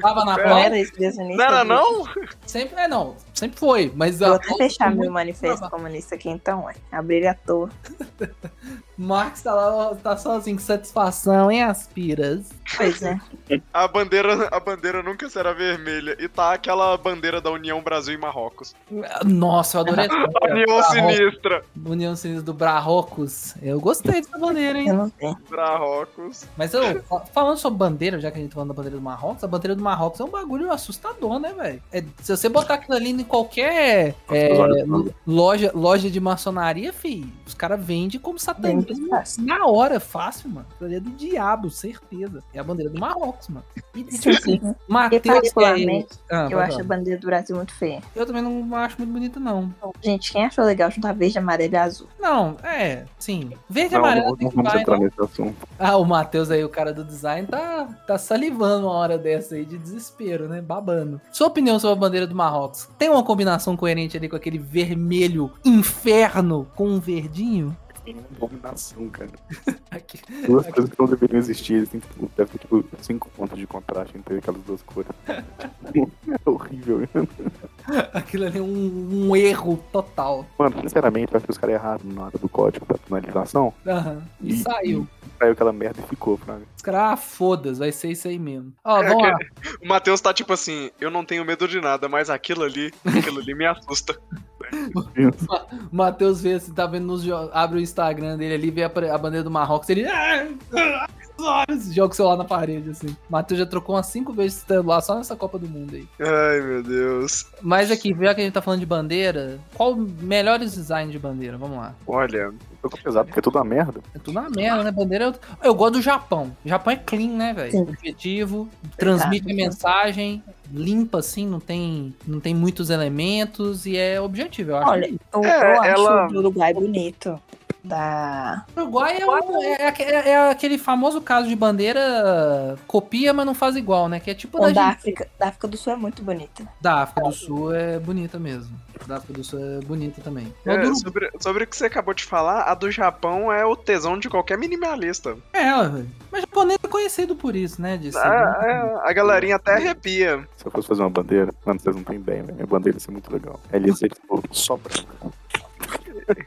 tava na Não pauta, era isso desde o início? É. Não era, viu? não? sempre, é não, sempre foi, mas... Vou a- até fechar né? meu manifesto trabalho. comunista aqui, então, é. Abrir à toa. Marx tá lá, tá sozinho, que satisfação, hein, Aspiras? Pois é. A bandeira, [laughs] a bandeira nunca será vermelha. E tá aquela bandeira da União Brasil e Marrocos. Nossa, eu adorei. essa É, A bandeira. União Marrocos. Sinistra. União Sinistra do Brarrocos. Eu gostei dessa bandeira, hein? Eu [laughs] não tenho. Marrocos. Mas eu, fa- falando sobre bandeira, já que a gente tá falando da bandeira do Marrocos, a bandeira do Marrocos é um bagulho assustador, né, velho? É, se você botar aquilo ali em qualquer é, Os olhos do- loja, loja de maçonaria, fi, os caras vendem como Vende satanismo fácil. na hora, fácil, mano. Aquilo ali é do diabo, certeza. É a bandeira do Marrocos, mano. E, e tipo assim, Eu, Matheus... particularmente, é- Ah, Tá eu pode acho a falar. bandeira do Brasil muito feia. eu também não acho muito bonito, não. Gente, quem achou legal juntar verde, amarelo e azul? Não, é, sim. Verde e Não, amarelo não, tem não que vamos vai, entrar não. nesse assunto. Ah, o Matheus aí, o cara do design, tá, tá salivando uma hora dessa aí de desespero, né? Babando. Sua opinião sobre a bandeira do Marrocos? Tem uma combinação coerente ali com aquele vermelho inferno com um verdinho? Tem uma abominação, cara. Aqui. Duas coisas que não deveriam existir, eles têm que- deve ter tipo cinco pontos de contraste entre aquelas duas [laughs] cores. é horrível. Aquilo ali é um, um erro total. Mano, sinceramente, eu acho que os caras erraram na hora do código da finalização. Aham. E saiu. Saiu aquela merda e ficou, Fraga. Os caras, ah, foda-se, vai ser isso aí mesmo. Ó, É vamos lá. O Matheus tá tipo assim, eu não tenho medo de nada, mas aquilo ali, aquilo ali me assusta. [laughs] O Matheus vê, se tá vendo nos jogos, abre o Instagram dele ali, vê a, pre- a bandeira do Marrocos, ele. "Ah, ah, ah", Joga o celular na parede, assim. O Matheus já trocou umas cinco vezes de celular só nessa Copa do Mundo aí. Ai, meu Deus. Mas aqui, já que a gente tá falando de bandeira, qual o melhores design de bandeira? Vamos lá. Olha, Eu tô pesado porque é tudo uma merda. É tudo uma merda, né? Bandeira é outro- Eu gosto do Japão. O Japão é clean, né, velho? Sim. Objetivo, transmite Verdade. a mensagem, limpa assim, não tem, não tem muitos elementos e é objetivo, eu acho. Olha, eu, É, eu ela- acho o do Uruguai bonito. Da... O Uruguai é, o- um- é aque- é- é aquele famoso caso de bandeira copia, mas não faz igual, né? Que é tipo Ou da, da Argen- África. Da África do Sul é muito bonita. da África do Sul é bonita mesmo. Da África do Sul é bonita também. É, é, do... sobre, sobre o que você acabou de falar, a do Japão é o tesão de qualquer minimalista. é ó, velho. mas japonês é conhecido por isso, né? De ser Ah, é, a galerinha até arrepia. Se eu fosse fazer uma bandeira, mano, vocês não tem bem, velho. Minha bandeira ia ser muito legal. Ela ia ser tipo, só branca.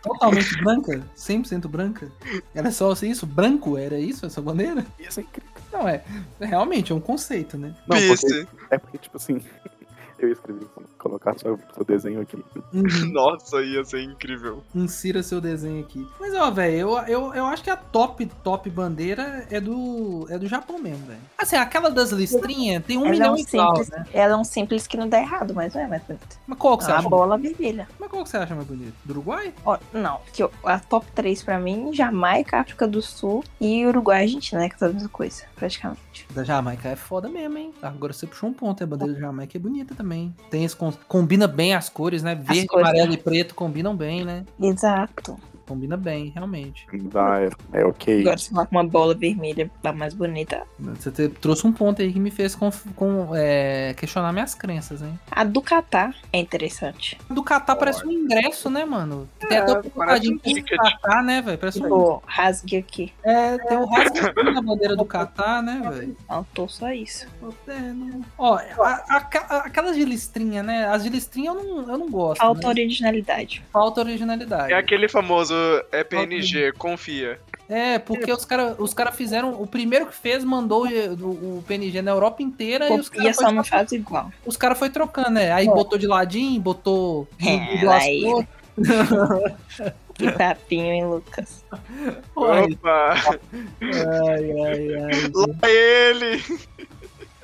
totalmente branca, 100% branca. Era só assim, isso? Branco? Era isso essa bandeira? Ia ser incrível. Não, é. Realmente, é um conceito, né? Não, porque, Pisse. é porque, tipo assim, [laughs] eu ia escrever assim, colocar só seu desenho aqui. Uhum. Nossa, ia ser incrível. Insira seu desenho aqui. Mas, ó, velho, eu, eu, eu acho que a top, top bandeira é do, é do Japão mesmo, velho. Assim, aquela das listrinhas tem um ela, é milhão um e tal, simples, né? ela é um simples que não dá errado, mas não é mais bonita. Mas qual que você A acha? bola vermelha. Mas qual que você acha mais bonito? Do Uruguai? Ó, não, porque eu- a top 3 pra mim, Jamaica, África do Sul e Uruguai e Argentina, né? Que é a mesma coisa, praticamente. Da Jamaica é foda mesmo, hein? Agora você puxou um ponto, a bandeira da Jamaica é bonita também. Tem esse con- combina bem as cores, né? Verde, cores, amarelo e preto combinam bem, né? Exato. combina bem, realmente. Dá, é, é ok. Agora, se falar com uma bola vermelha, tá mais bonita. Você te- trouxe um ponto aí que me fez conf- com- é, questionar minhas crenças, hein? A do Catar é interessante. A do Catar parece um ingresso, né, mano? Tem até o parece um quadradinho do ticket. Catar, né, velho? Parece um... Tipo, rasgue aqui. É, tem o rascunho na bandeira do Catar, né, velho? Faltou só isso. É, não- Ó, a- aca- a- aquelas de listrinha, né? As de listrinha eu não, eu não gosto. Falta né? originalidade. Falta originalidade. É aquele famoso é PNG, confia. É, porque os caras os cara fizeram. O primeiro que fez mandou o, o PNG na Europa inteira É, e os Copia caras só não foi, faz [laughs] igual. os cara foi trocando, né? Aí É. botou de ladinho, botou. É, mudou as aí. cores. Que papinho, hein, Lucas? Ai, Opa! [laughs] ai, ai, ai. Lá ele!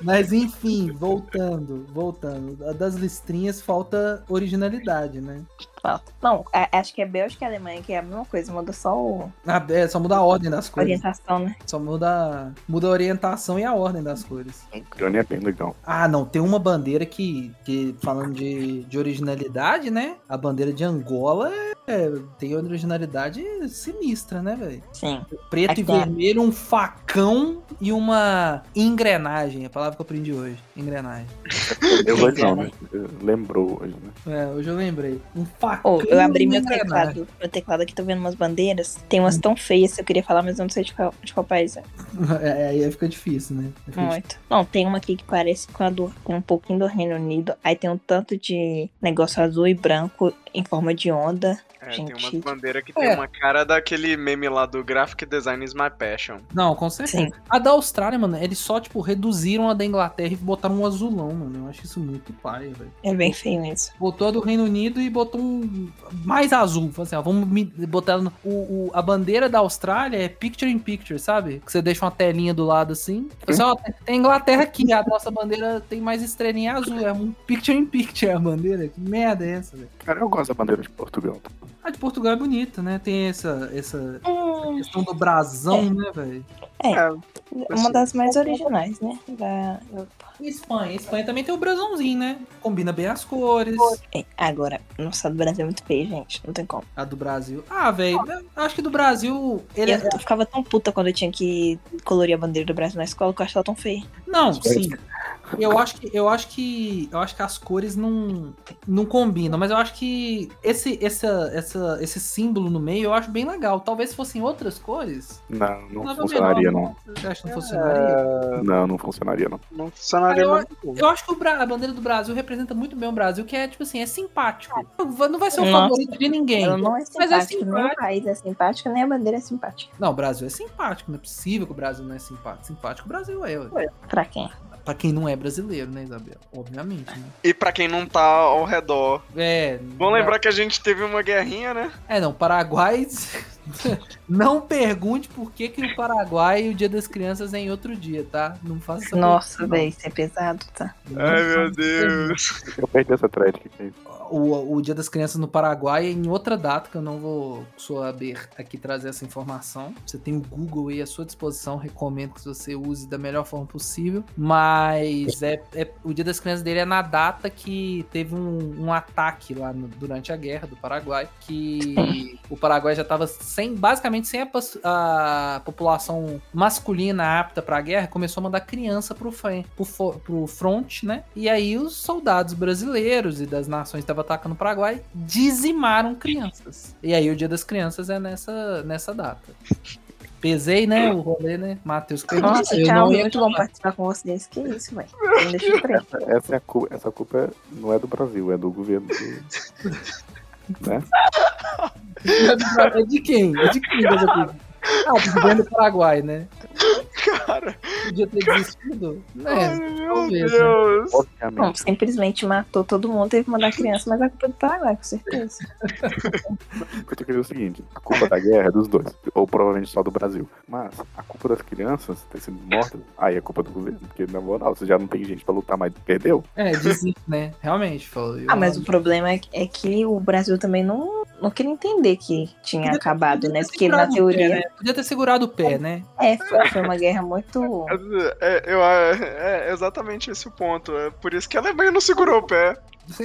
Mas enfim, voltando, voltando. A Das listrinhas falta originalidade, né? Falta. Não, a- acho que é Bélgica e Alemanha, que é a mesma coisa, muda só o- Ah, é, só muda a ordem das a cores. orientação, né? Só muda, muda a orientação e a ordem das cores. O Crânio é bem legal. Ah, não, tem uma bandeira que, que falando de, de originalidade, né? A bandeira de Angola é- tem originalidade sinistra, né, velho? Sim. Preto e Aquela. vermelho, um facão e uma engrenagem. É A palavra que eu aprendi hoje, engrenagem. Eu vou não, né? Lembrou hoje, né? É, hoje eu lembrei. Um facão Ou eu abri e uma meu engrenagem. teclado. Meu teclado aqui, tô vendo umas bandeiras. Tem umas tão feias que eu queria falar, mas eu não sei de qual, de qual país é. É, aí fica difícil, né? Fica difícil. Muito. Não, tem uma aqui que parece com, a do- com um pouquinho do Reino Unido. Aí tem um tanto de negócio azul e branco em forma de onda. É, Gente. tem umas bandeiras que tem É. uma cara daquele meme lá do Graphic Design is My Passion. Não, com certeza. Sim. A da Austrália, mano, eles só, tipo, reduziram a da Inglaterra e botaram um azulão, mano. Eu acho isso muito paia, velho. É bem feio isso. Botou a do Reino Unido e botou um mais azul. Falou assim, ó, vamos me- botar no- o, o- a bandeira da Austrália é picture in picture, sabe? Que você deixa uma telinha do lado assim. Pessoal, tem- tem Inglaterra aqui, a nossa bandeira tem mais estrelinha azul, é um picture in picture a bandeira. Que merda é essa, velho? Cara, eu gosto da bandeira de Portugal. A de Portugal é bonita, né? Tem essa essa Hum, questão do brasão, né, velho? uma das mais originais, né? Da Europa. E Espanha, Espanha também tem o brasãozinho, né? Combina bem as cores. É, agora, nossa, do Brasil é muito feio, gente. Não tem como. A do Brasil. Ah, velho, eu acho que do Brasil ele é- Eu, eu ficava tão puta quando eu tinha que colorir a bandeira do Brasil na escola que eu achava ela tão feia. Não, sim. Eu acho que eu acho que eu acho que as cores não não combinam, mas eu acho que esse essa, essa esse símbolo no meio eu acho bem legal. Talvez fossem outras cores. Não, não Tava funcionaria, não. melhor, né? Você acha que não funcionaria? Não, não funcionaria, não. Não funcionaria Ah, muito. Eu acho que o Bra- a bandeira do Brasil representa muito bem o Brasil, que é tipo assim, é simpático. É. Não vai ser o Nossa. favorito de ninguém. Ela não é Mas é simpática, nem o simpática. país é simpático, nem a bandeira é simpática. Não, o Brasil é simpático, não é possível que o Brasil não é simpático. Simpático o Brasil é, ué. Pra quem? Pra quem não é brasileiro, né, Isabel? Obviamente, né? E pra quem não tá ao redor. É. Bom lembrar que a gente teve uma guerrinha, né? É, não, Paraguai. [laughs] não pergunte por que, que o Paraguai e o Dia das Crianças é em outro dia, tá? Não faça né? essa Nossa, pergunta, velho, isso é pesado, tá? não. Não Ai, faça meu essa Deus. Eu perdi essa thread que fez. pergunta. O, o Dia das Crianças no Paraguai é em outra data, que eu não vou saber aqui trazer essa informação. Você tem o Google aí à sua disposição, recomendo que você use da melhor forma possível. Mas é, é- o Dia das Crianças dele é na data que teve um, um ataque lá no- durante a guerra do Paraguai, que o Paraguai já estava sem, basicamente sem a, pos- a população masculina apta para a guerra, começou a mandar criança pro, fren- pro, fo- pro front, né? E aí os soldados brasileiros e das nações que estavam atacando o Paraguai dizimaram crianças. E aí o Dia das Crianças é nessa, nessa data. Pesei, né? O rolê, né? Matheus, que eu disse, Nossa, eu tchau, não ia muito bom participar com vocês. Que isso, velho. Me deixa triste. Essa, [laughs] essa, é a culpa, essa culpa não é do Brasil, é do governo. do- É de quem? É de quem? Deus, eu pergunto? Ah, do governo do Paraguai, né? Cara. Podia ter desistido? Ai, Né? meu talvez, né? Deus. Bom, Obviamente. simplesmente matou todo mundo, teve que mandar criança, mas a culpa é do Paraguai, com [laughs] certeza. Eu tô querendo é o seguinte: a culpa da guerra é dos dois, ou provavelmente só do Brasil. Mas a culpa das crianças ter sido mortas, aí é culpa do governo, porque na moral, você já não tem gente pra lutar mais, perdeu? É, desiste, né? Realmente, falou. eu- Ah, mas o problema é que, é que o Brasil também não, não queria entender que tinha acabado, né? Porque na Segurado o pé, teoria. né? Podia ter segurado o pé, né? É, foi, foi uma guerra muito. É, eu, é, é exatamente esse o ponto. É por isso que a Alemanha não segurou o pé.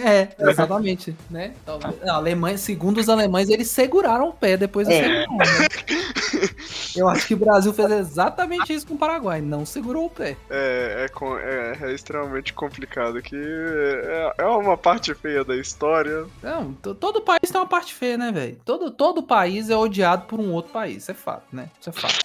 É, exatamente, né? Talvez- A Alemanha, segundo os alemães, eles seguraram o pé depois da É. Segunda Guerra, né? Eu acho que o Brasil fez exatamente isso com o Paraguai, não segurou o pé. É, é, com- é- é extremamente complicado que é, é uma parte feia da história. Não, to- todo país tem uma parte feia, né, velho? Todo, todo país é odiado por um outro país, isso é fato, né? Isso é fato.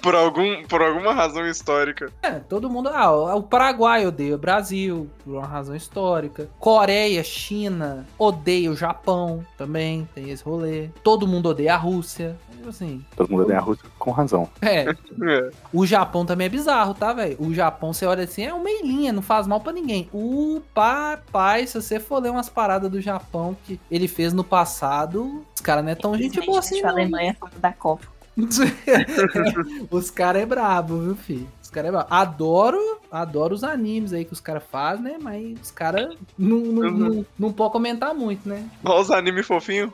Por, algum, por alguma razão histórica. É, todo mundo. Ah, o o Paraguai odeia o Brasil, por uma razão histórica. Coreia, China, odeia o Japão também, tem esse rolê. Todo mundo odeia a Rússia. Assim, Todo mundo odeia a Rússia com razão. é, É. O Japão também é bizarro, tá, velho? O Japão, você olha assim, é uma ilhinha, não faz mal pra ninguém. O papai, se você for ler umas paradas do Japão que ele fez no passado, os caras não é tão gente boa assim, né? a não. Alemanha fora da Copa. [laughs] os caras é brabo, viu, filho? Os caras é brabo. Adoro, adoro os animes aí que os caras fazem, né? Mas os caras não, não, não, não pode comentar muito, né? Olha os anime fofinho.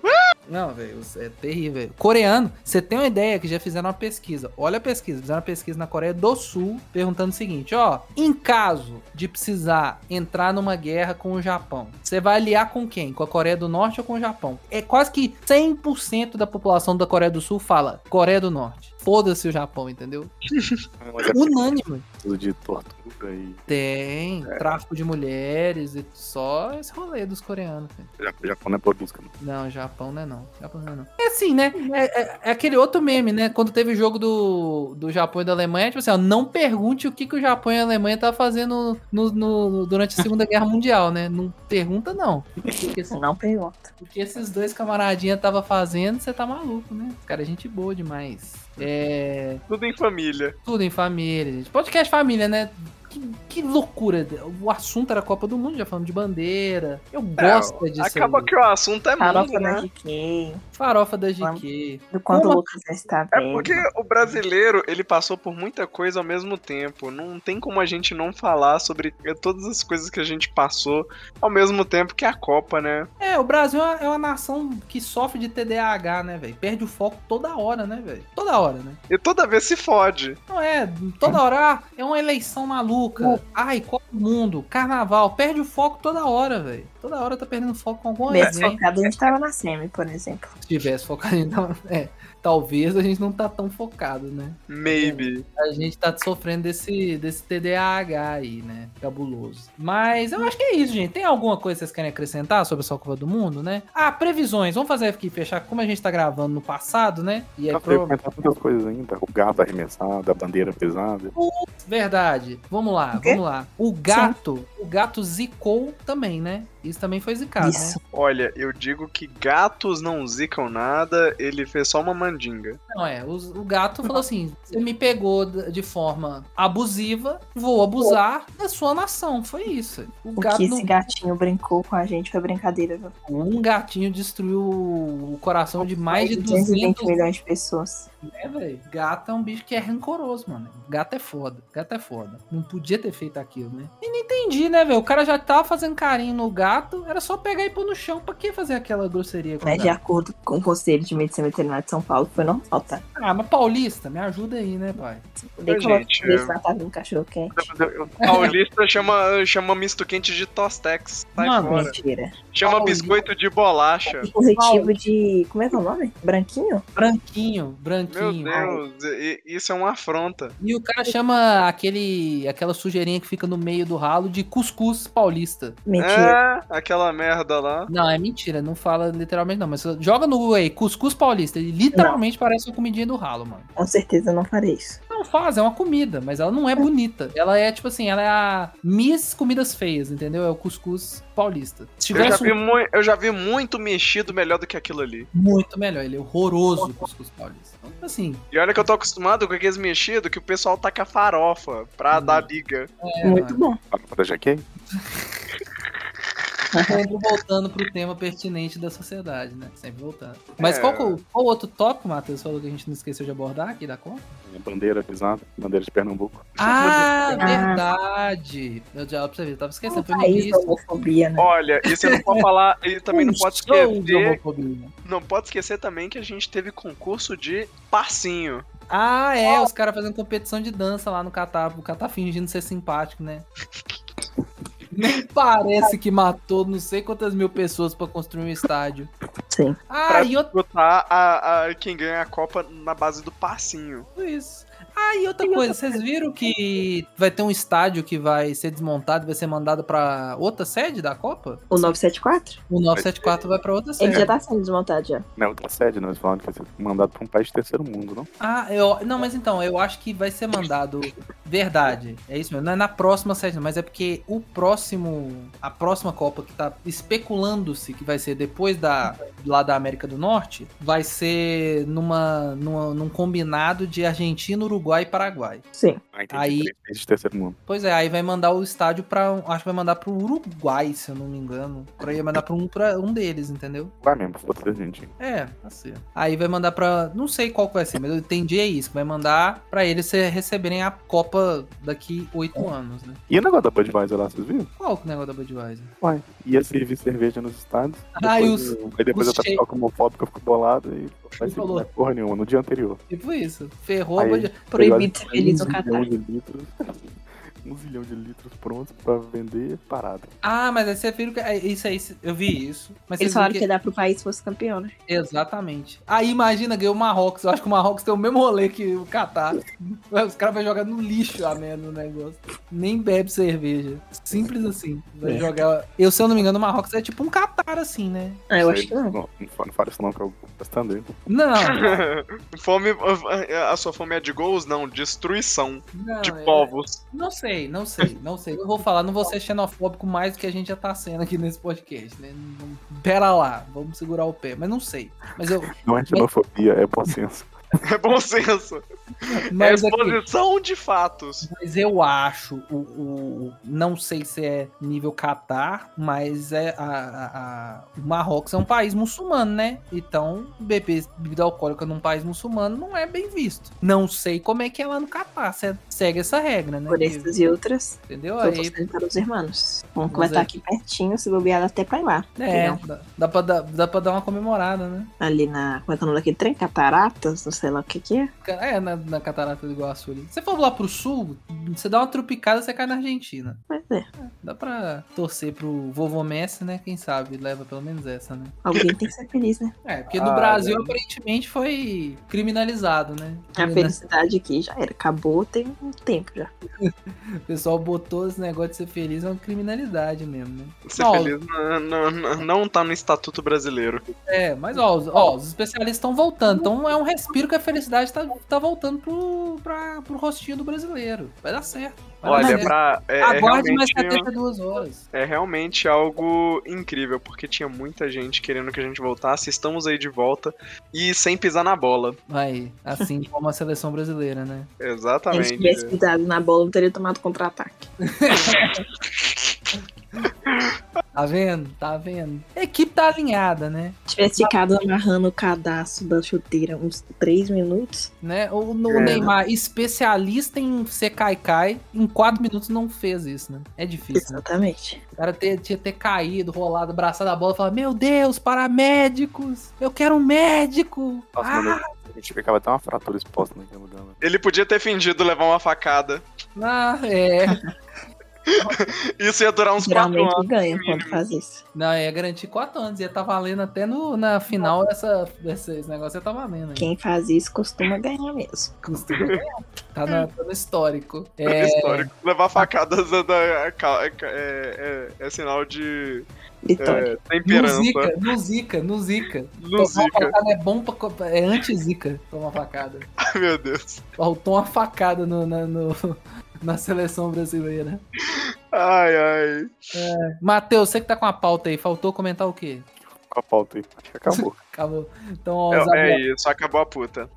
Não, velho, os- é terrível. velho. Coreano, você tem uma ideia que já fizeram uma pesquisa. Olha a pesquisa, fizeram uma pesquisa na Coreia do Sul, perguntando o seguinte, ó, em caso de precisar entrar numa guerra com o Japão, você vai aliar com quem? Com a Coreia do Norte ou com o Japão? É quase que 100% da população da Coreia do Sul fala Coreia do Norte. Foda-se o Japão, entendeu? Mas é Unânime. preciso de tortura e. Tem tráfico de mulheres e só esse rolê dos coreanos, velho. Já- Japão não é produz, cara. Não, Japão não é não. Japão não é não. É assim, né? É, é- é aquele outro meme, né? Quando teve o jogo do, do Japão e da Alemanha, tipo assim, ó, não pergunte o que, que o Japão e a Alemanha tá fazendo no, no- durante a Segunda Guerra Mundial, né? Não pergunta, não. Porque, esse- Não pergunta. porque esses dois camaradinha tava fazendo, você tá maluco, né? Os Cara, é gente boa demais. É. Tudo em família. Tudo em família, gente. Podcast família, né? Que, que loucura. O assunto era Copa do Mundo, já falamos de bandeira. Eu gosto disso. É, Acaba aí. que o assunto é mundo, Farofa da né? GK, Farofa da GQ. do quanto Uma- o Lucas já está É velho. né? porque o brasileiro, ele passou por muita coisa ao mesmo tempo. Não tem como a gente não falar sobre todas as coisas que a gente passou ao mesmo tempo que a Copa, né? É, o Brasil é uma- é uma nação que sofre de TDAH, né, velho? Perde o foco toda hora, né, velho? Toda hora, né? E toda vez se fode. Não é, toda hora ah, é uma eleição maluca. Ai, Copa do Mundo, Carnaval, perde o foco toda hora, velho. Toda hora tá perdendo foco com alguma Mesmo coisa. focado, a gente tava na semi, por exemplo. Se tivesse focado, então, [laughs] é, talvez a gente não tá tão focado, né? Maybe. A gente tá sofrendo desse, desse TDAH aí, né? Cabuloso. Mas eu acho que é isso, gente. Tem alguma coisa que vocês querem acrescentar sobre essa Copa do Mundo, né? Ah, previsões. Vamos fazer aqui fechar. Como a gente tá gravando no passado, né? E aí, Eu pro- tenho comentar muitas coisas ainda. O gato arremessado, a bandeira pesada. Verdade. Vamos lá, O quê? vamos lá. O gato, o gato zicou também, né? Isso também foi zicado, Isso. né? Olha, eu digo que gatos não zicam nada, ele fez só [laughs] uma mandinga. Não é. os- O, gato falou assim: você me pegou d- de forma abusiva, vou abusar da sua nação. Foi isso. O O gato que não esse gatinho brincou com a gente foi brincadeira. viu? Um gatinho destruiu o coração de mais de 220 200, milhões de pessoas. né, velho? Gato é um bicho que é rancoroso, mano. Gato é foda. Gato é foda. Não podia ter feito aquilo, né? E não entendi, né, velho? O cara já tava fazendo carinho no gato, era só pegar e pôr no chão. Pra que fazer aquela grosseria com o Mas né, de gato? acordo com o Conselho de Medicina Veterinária de São Paulo, foi normal, tá? Ah, mas Paulista, me ajuda aí, né, pai? Poder Gente, colocar é. isso na casa de um cachorro quente. Paulista chama, chama misto quente de tostex. Sai Mano, fora. Mentira. Chama Paulista. é um biscoito de bolacha. E corretivo de. Como é que é o nome? Branquinho? Branquinho, Meu branquinho. Deus, e- isso é uma afronta. E o cara chama aquele, aquela sujeirinha que fica no meio do ralo de cuscuz paulista. Mentira. É, aquela merda lá. Não, é mentira, não fala literalmente não, mas joga no Google aí, cuscuz paulista, ele literalmente parece uma comidinha do ralo, mano. Com certeza eu não farei isso. Não faz, é uma comida, mas ela não é bonita. Ela é tipo assim, ela é a Miss Comidas Feias, entendeu? É o cuscuz paulista. Se Eu já, tivesse vi um- mui- eu já vi muito mexido melhor do que aquilo ali. muito melhor, ele é horroroso o cuscuz paulista. Então, tipo assim, E olha que eu tô acostumado com aqueles mexidos que o pessoal taca farofa pra Hum. dar liga. é, Muito mano. bom. Farofa da Jaquei? Sempre voltando pro tema pertinente da sociedade, né? Sempre voltando. Mas É. qual, que- qual outro tópico, Matheus, falou que a gente não esqueceu de abordar aqui da conta? Bandeira pesada, bandeira de Pernambuco. Ah, Ah. verdade! Meu diabo, pra você ver, eu tava esquecendo. Foi no país da início. homofobia, né? Olha, e você não pode falar, e também não Um pode show de esquecer. homofobia. Não pode esquecer também que a gente teve concurso de passinho. Ah, é, os [laughs] caras fazendo competição de dança lá no Catar. O Catar fingindo ser simpático, né? Nem parece que matou não sei quantas mil pessoas pra construir um estádio. Sim. Ah, e outra botar a, a- quem ganha a Copa na base do passinho. [laughs] isso. Ah, e outra coisa, vocês viram que vai ter um estádio que vai ser desmontado e vai ser mandado pra outra sede da Copa? O 974? O 974 vai pra outra Ele sede. já tá sendo desmontado já. Não é outra sede, não. Eles falaram que vai ser mandado pra um país de terceiro mundo, não? Ah, eu, não, mas então, eu acho que vai ser mandado. Verdade. É isso mesmo. Não é na próxima sede, mas é porque o próximo. A próxima Copa que tá especulando-se que vai ser depois da. Lá da América do Norte, vai ser numa, numa, num combinado de Argentina, Uruguai e Paraguai. Sim. Ah, Aí- três países de terceiro mundo. Pois é, aí vai mandar o estádio pra. um, Acho que vai mandar pro Uruguai, se eu não me engano. Pra ir mandar pra um, pra um deles, entendeu? Vai mesmo, foda-se, gente. É, assim. Aí vai mandar pra. Não sei qual que vai ser, mas eu entendi é isso. que Vai mandar pra eles se- receberem a Copa daqui oito anos, né? E o negócio da Budweiser lá, vocês viram? Qual que é o negócio da Budweiser? Ué, ia servir cerveja nos estados. Ah, e depois os- o- Aí depois os eu tava shakes. ficando homofóbico, ficou bolado e... Vai ser falou. porra nenhuma, no dia anterior. Tipo isso. Ferrou a Aí, Budweiser. Proibido Pegaram eles no um Catar. zilhão de litros. [laughs] Um zilhão de litros prontos pra vender parado. Ah, mas aí você viu que. é, Isso aí, eu vi isso. Mas Eles vocês falaram que viram ia dar pro país se fosse campeão, né? Exatamente. Aí imagina, ganhou o Marrocos. Eu acho que o Marrocos tem o mesmo rolê que o Catar. [laughs] Os caras vão jogar no lixo a merda do negócio. Nem bebe cerveja. Simples assim. Vai É. jogar. Eu, se eu não me engano, o Marrocos é tipo um Catar, assim, né? Ah, eu Isso acho aí, que não. Não, não fa- não fala isso não, que eu tô gastando, hein? Não. Fome, a sua fome é de gols? Não, destruição não de eu- povos. Não sei, não sei, não sei. Eu vou falar, não vou ser xenofóbico mais do que a gente já tá sendo aqui nesse podcast, né? Não- não- Pera lá, vamos segurar o pé, mas não sei. Mas eu. Não é xenofobia, é bom senso. É bom senso. É Mas, aqui, exposição de fatos. mas eu acho o, o- Não sei se é nível Catar, mas é. A, a- a- o Marrocos é um país muçulmano, né? Então, beber bebida alcoólica num país muçulmano não é bem visto. Não sei como é que é lá no Catar. se- Segue essa regra, né? Por essas e outras, Entendeu? eu Aí vou sendo para os irmãos. Um que Mas vai estar é- aqui pertinho, se bobear até pra ir lá. É, Não. dá, dá, pra dar, dá pra dar uma comemorada, né? Ali na. Como é que é o nome daquele trem? Cataratas? Não sei lá o que que é. Ca- É, na, na Catarata do Iguaçu ali. Você for lá pro sul, você dá uma trupicada, você cai na Argentina. Mas é. Dá pra torcer pro vovô Messi, né? Quem sabe leva pelo menos essa, né? Alguém tem que ser feliz, né? É, porque no Ah, Brasil aparentemente foi criminalizado, né? A felicidade aqui já era. Acabou tem um tempo já. [laughs] O pessoal botou esse negócio de ser feliz, é uma criminalidade mesmo, né? Ser Não. feliz não, não, não- não tá no Estatuto Brasileiro. É, mas ó, os, ó, os especialistas estão voltando. Então é um respiro que a felicidade tá, tá voltando pro, pra, pro rostinho do brasileiro. Vai dar certo. Vai dar Olha, certo. pra, é, é Aguarde mais realmente, 72 horas. é realmente algo incrível, porque tinha muita gente querendo que a gente voltasse. Estamos aí de volta e sem pisar na bola. Vai, assim como a seleção brasileira, né? Exatamente. é. Se tivesse cuidado na bola, não teria tomado contra-ataque. Tá vendo? Tá vendo? A equipe tá alinhada, né? Se tivesse ficado amarrando o cadastro da chuteira uns três minutos, né? O, no- o É. Neymar, especialista em ser caicai, em quatro minutos não fez isso, né? É difícil, né? exatamente. O cara ter- tinha ter caído, rolado, abraçado a bola e falar: Meu Deus, paramédicos! Eu quero um médico! [laughs] Nossa, ah, mano, a gente ficava até uma fratura exposta naquele lugar, mano. Ele podia ter fingido levar uma facada. ah, é. Isso ia durar uns quatro Geralmente anos. ganha quando mínimo. faz isso. Não, ia garantir quatro anos. Ia tá valendo até no, na final essa, esse, esse negócio ia tá valendo. Hein? Quem faz isso costuma ganhar mesmo. Costuma ganhar. Tá, na- tá no histórico. É, Histórico. Levar facadas é, é- é- é sinal de Vitória. é, no temperança. Zika, no Zika, no Zika. Tomar uma Luzica. facada é bom pra. co- É anti-zica tomar facada. [laughs] Meu Deus. Faltou uma facada no, na, no- [laughs] na seleção brasileira. Ai, ai. Matheus, você que tá com a pauta aí, faltou comentar o quê? Com a pauta aí. Acho [laughs] que acabou. Acabou. Então, ó, os É, abra- é isso, acabou a puta.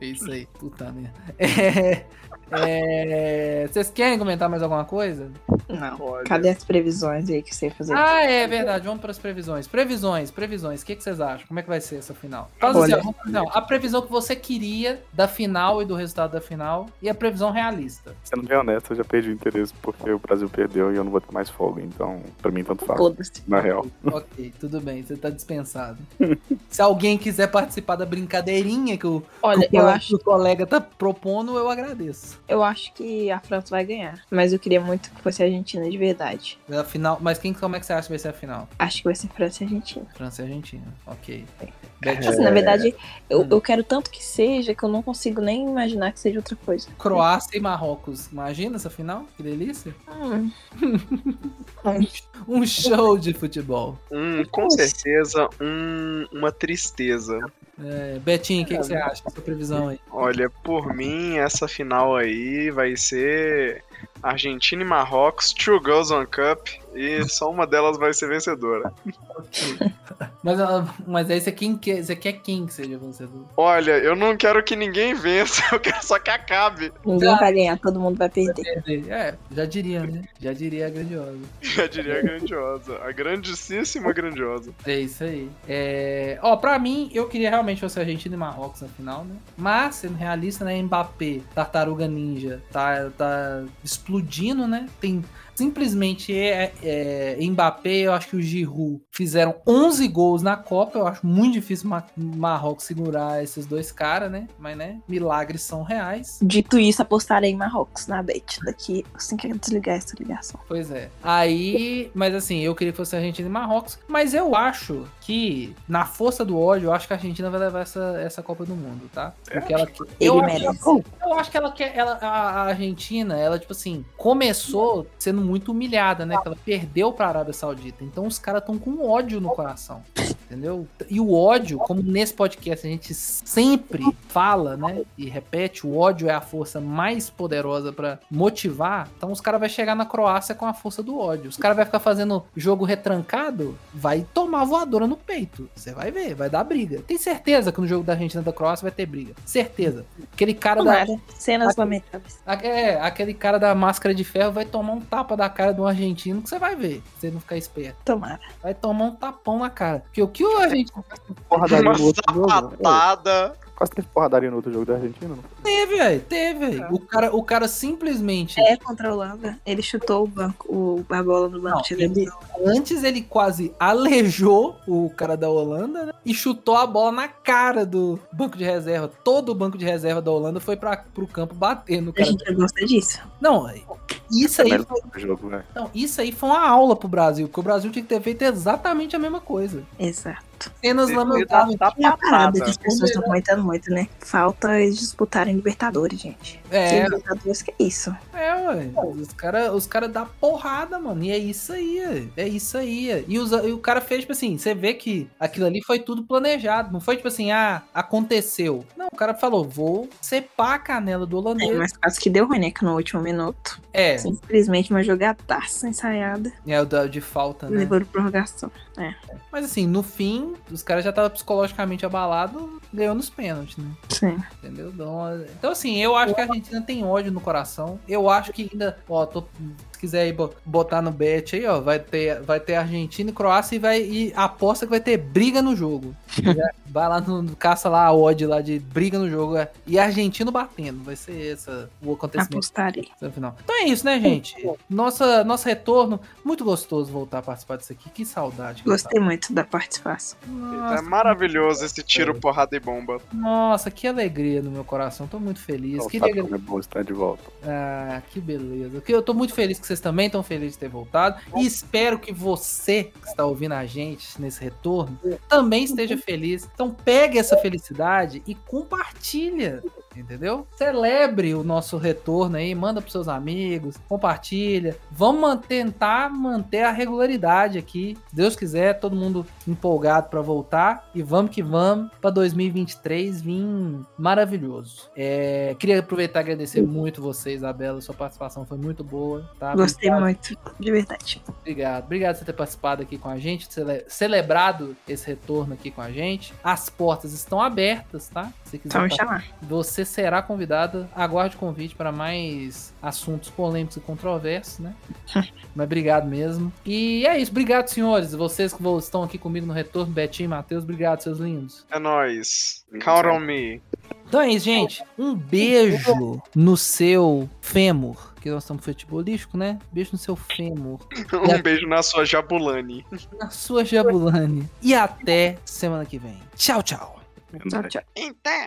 é isso aí. Puta merda. [laughs] É, é, vocês querem comentar mais alguma coisa? Não. É, Olha. Cadê as previsões aí que você ia fazer? Ah, é verdade. Vamos para as previsões. Previsões, previsões. O que, que vocês acham? Como é que vai ser essa final? Faz assim, Olha. ó, vamos fazer, ó, a previsão que você queria da final e do resultado da final e a previsão realista. Sendo bem honesto, eu já perdi o interesse porque o Brasil perdeu e eu não vou ter mais folga. Então, pra mim, tanto faz. Foda-se. Na real. Ok, tudo bem, você tá dispensado. Se alguém quiser participar da brincadeirinha que o, Olha, que o eu co- acho que o colega tá propondo, eu agradeço. Eu acho que a França vai ganhar. Mas eu queria muito que fosse a Argentina de verdade. A final, mas quem, como é que você acha que vai ser a final? Acho que vai ser França e Argentina. França e Argentina. Ok. Tipo É. assim, na verdade, eu, Uhum. eu quero tanto que seja que eu não consigo nem imaginar que seja outra coisa. Croácia e Marrocos. Imagina essa final? Que delícia. Hum. [laughs] Um show de futebol. Hum, com certeza, um, uma tristeza. É, Betinho, o que, que você acha? Sua previsão aí. Olha, por mim, essa final aí vai ser Argentina e Marrocos, Two Girls One Cup, e só uma delas vai ser vencedora. Mas, ah, mas aí você, quem quer, você quer quem que seja vencedor? Olha, eu não quero que ninguém vença, [laughs] eu quero só que acabe. Ninguém vai ganhar, todo mundo vai perder. É, já diria, né? Já diria a grandiosa. Já diria a grandiosa. A grandissíssima grandiosa. É isso aí. É, Ó, pra mim, eu queria realmente fosse Argentina e Marrocos na final, né? Mas, sendo realista, né? Mbappé, Tartaruga Ninja, tá, tá explodindo, né? Tem simplesmente é, é, Mbappé, eu acho que o Giroud fizeram 11 gols na Copa, eu acho muito difícil Ma Marrocos segurar esses dois caras, né? Mas, né? Milagres são reais. Dito isso, apostarei em Marrocos na bet. Daqui assim que eu desligar essa ligação. Pois é. Aí, mas assim, eu queria que fosse a Argentina e Marrocos, mas eu acho que, na força do ódio, eu acho que a Argentina vai levar essa, essa Copa do Mundo, tá? Porque ela. É, Ele Eu acho, merece. eu acho que ela quer. Ela, a a Argentina, ela, tipo assim, começou sendo muito humilhada, né? Que ela perdeu pra Arábia Saudita. Então os caras estão com ódio no coração. Entendeu? E o ódio, como nesse podcast a gente sempre fala, né? E repete, o ódio é a força mais poderosa pra motivar. Então os caras vão chegar na Croácia com a força do ódio. Os caras vão ficar fazendo jogo retrancado, vai tomar voadora no peito. Você vai ver, vai dar briga. Tem certeza que no jogo da Argentina e da Croácia vai ter briga. Certeza. Aquele cara da, Tomara. Cenas lamentáveis. Aque- É, aquele cara da máscara de ferro vai tomar um tapa da cara de um argentino que você vai ver, se você não ficar esperto. Tomara. Vai tomar um tapão na cara. Porque o que o argentino Porradaria Uma no outro jogo. né? sapatada. É, Quase teve porradaria no outro jogo da Argentina, não? teve, velho, teve. velho. O, cara, o cara simplesmente. É contra a Holanda. Ele chutou o banco, o, a bola no banco Não, de ele- televisão. antes ele quase aleijou o cara da Holanda né? e chutou a bola na cara do banco de reserva. Todo o banco de reserva da Holanda foi pra, pro campo bater no A cara. gente gosta disso. Não, isso aí Primeiro jogo, né? Então, isso aí foi uma aula pro Brasil, porque o Brasil tinha que ter feito exatamente a mesma coisa. Exato. Cenas Devia lamentáveis. dar E a parada tapatada. que as pessoas estão comentando muito, né? Falta eles disputarem Libertadores, gente. É, Sem Libertadores, que é isso? é, ué. Os caras os cara dá porrada, mano. E é isso aí, ué. é isso aí. ué. E, os- e o cara fez, tipo assim, você vê que aquilo ali foi tudo planejado. Não foi tipo assim, ah, aconteceu. Não, o cara falou, vou cepar a canela do É, holandês. mas quase que deu ruim, né? Que no último minuto. É, Simplesmente uma jogadaça ensaiada. é o da- de falta, e né? Levou prorrogação. Mas assim, no fim, os caras já estavam psicologicamente abalados, ganhou nos pênaltis, né? Sim. Entendeu? Então, então, assim, eu acho que a Argentina tem ódio no coração. Eu acho que ainda, ó, tô- se quiser aí bo- botar no bet aí, ó, vai ter, vai ter Argentina e Croácia e vai e aposta que vai ter briga no jogo. Já [laughs] vai lá no, no- caça lá a odd lá de briga no jogo é, e argentino batendo. Vai ser essa o acontecimento Apostarei. no final. Então é isso, né, gente? Nossa, nosso retorno, muito gostoso voltar a participar disso aqui. Que saudade. que eu Gostei muito da participação. tava. Nossa, É maravilhoso esse tiro, porrada e bomba. nossa, que alegria no meu coração. Tô muito feliz. Não, Que sabe alegria. como é bom estar de volta. Ah, que beleza. Que Eu tô muito feliz que vocês também estão felizes de ter voltado. E espero que você que está ouvindo a gente nesse retorno também esteja feliz. Então pegue essa felicidade e compartilha, entendeu? Celebre o nosso retorno aí, manda pros seus amigos, compartilha. Vamos man- tentar manter a regularidade aqui. Se Deus quiser, todo mundo empolgado para voltar e vamos que vamos para 2023 vir maravilhoso. É, queria aproveitar e agradecer muito você, Isabela, sua participação foi muito boa, tá? Gostei Obrigado. muito. De verdade. Obrigado, obrigado por você ter participado aqui com a gente, cele- celebrado esse retorno aqui com a gente. As portas estão abertas, tá? Se quiser Só me participar, Então, chamar. você será convidada. Aguarde o convite para mais assuntos polêmicos e controversos, né? Mas obrigado mesmo. E é isso. Obrigado, senhores. Vocês que vo- estão aqui comigo no retorno, Betinho e Matheus. Obrigado, seus lindos. É nóis. Count on me. [laughs] Então é isso, gente. Um beijo no seu fêmur. Que nós estamos futebolístico, né? Beijo no seu fêmur. Um beijo na sua Jabulani. Na sua Jabulani. E até semana que vem. Tchau, tchau. né? Tchau, tchau. Então.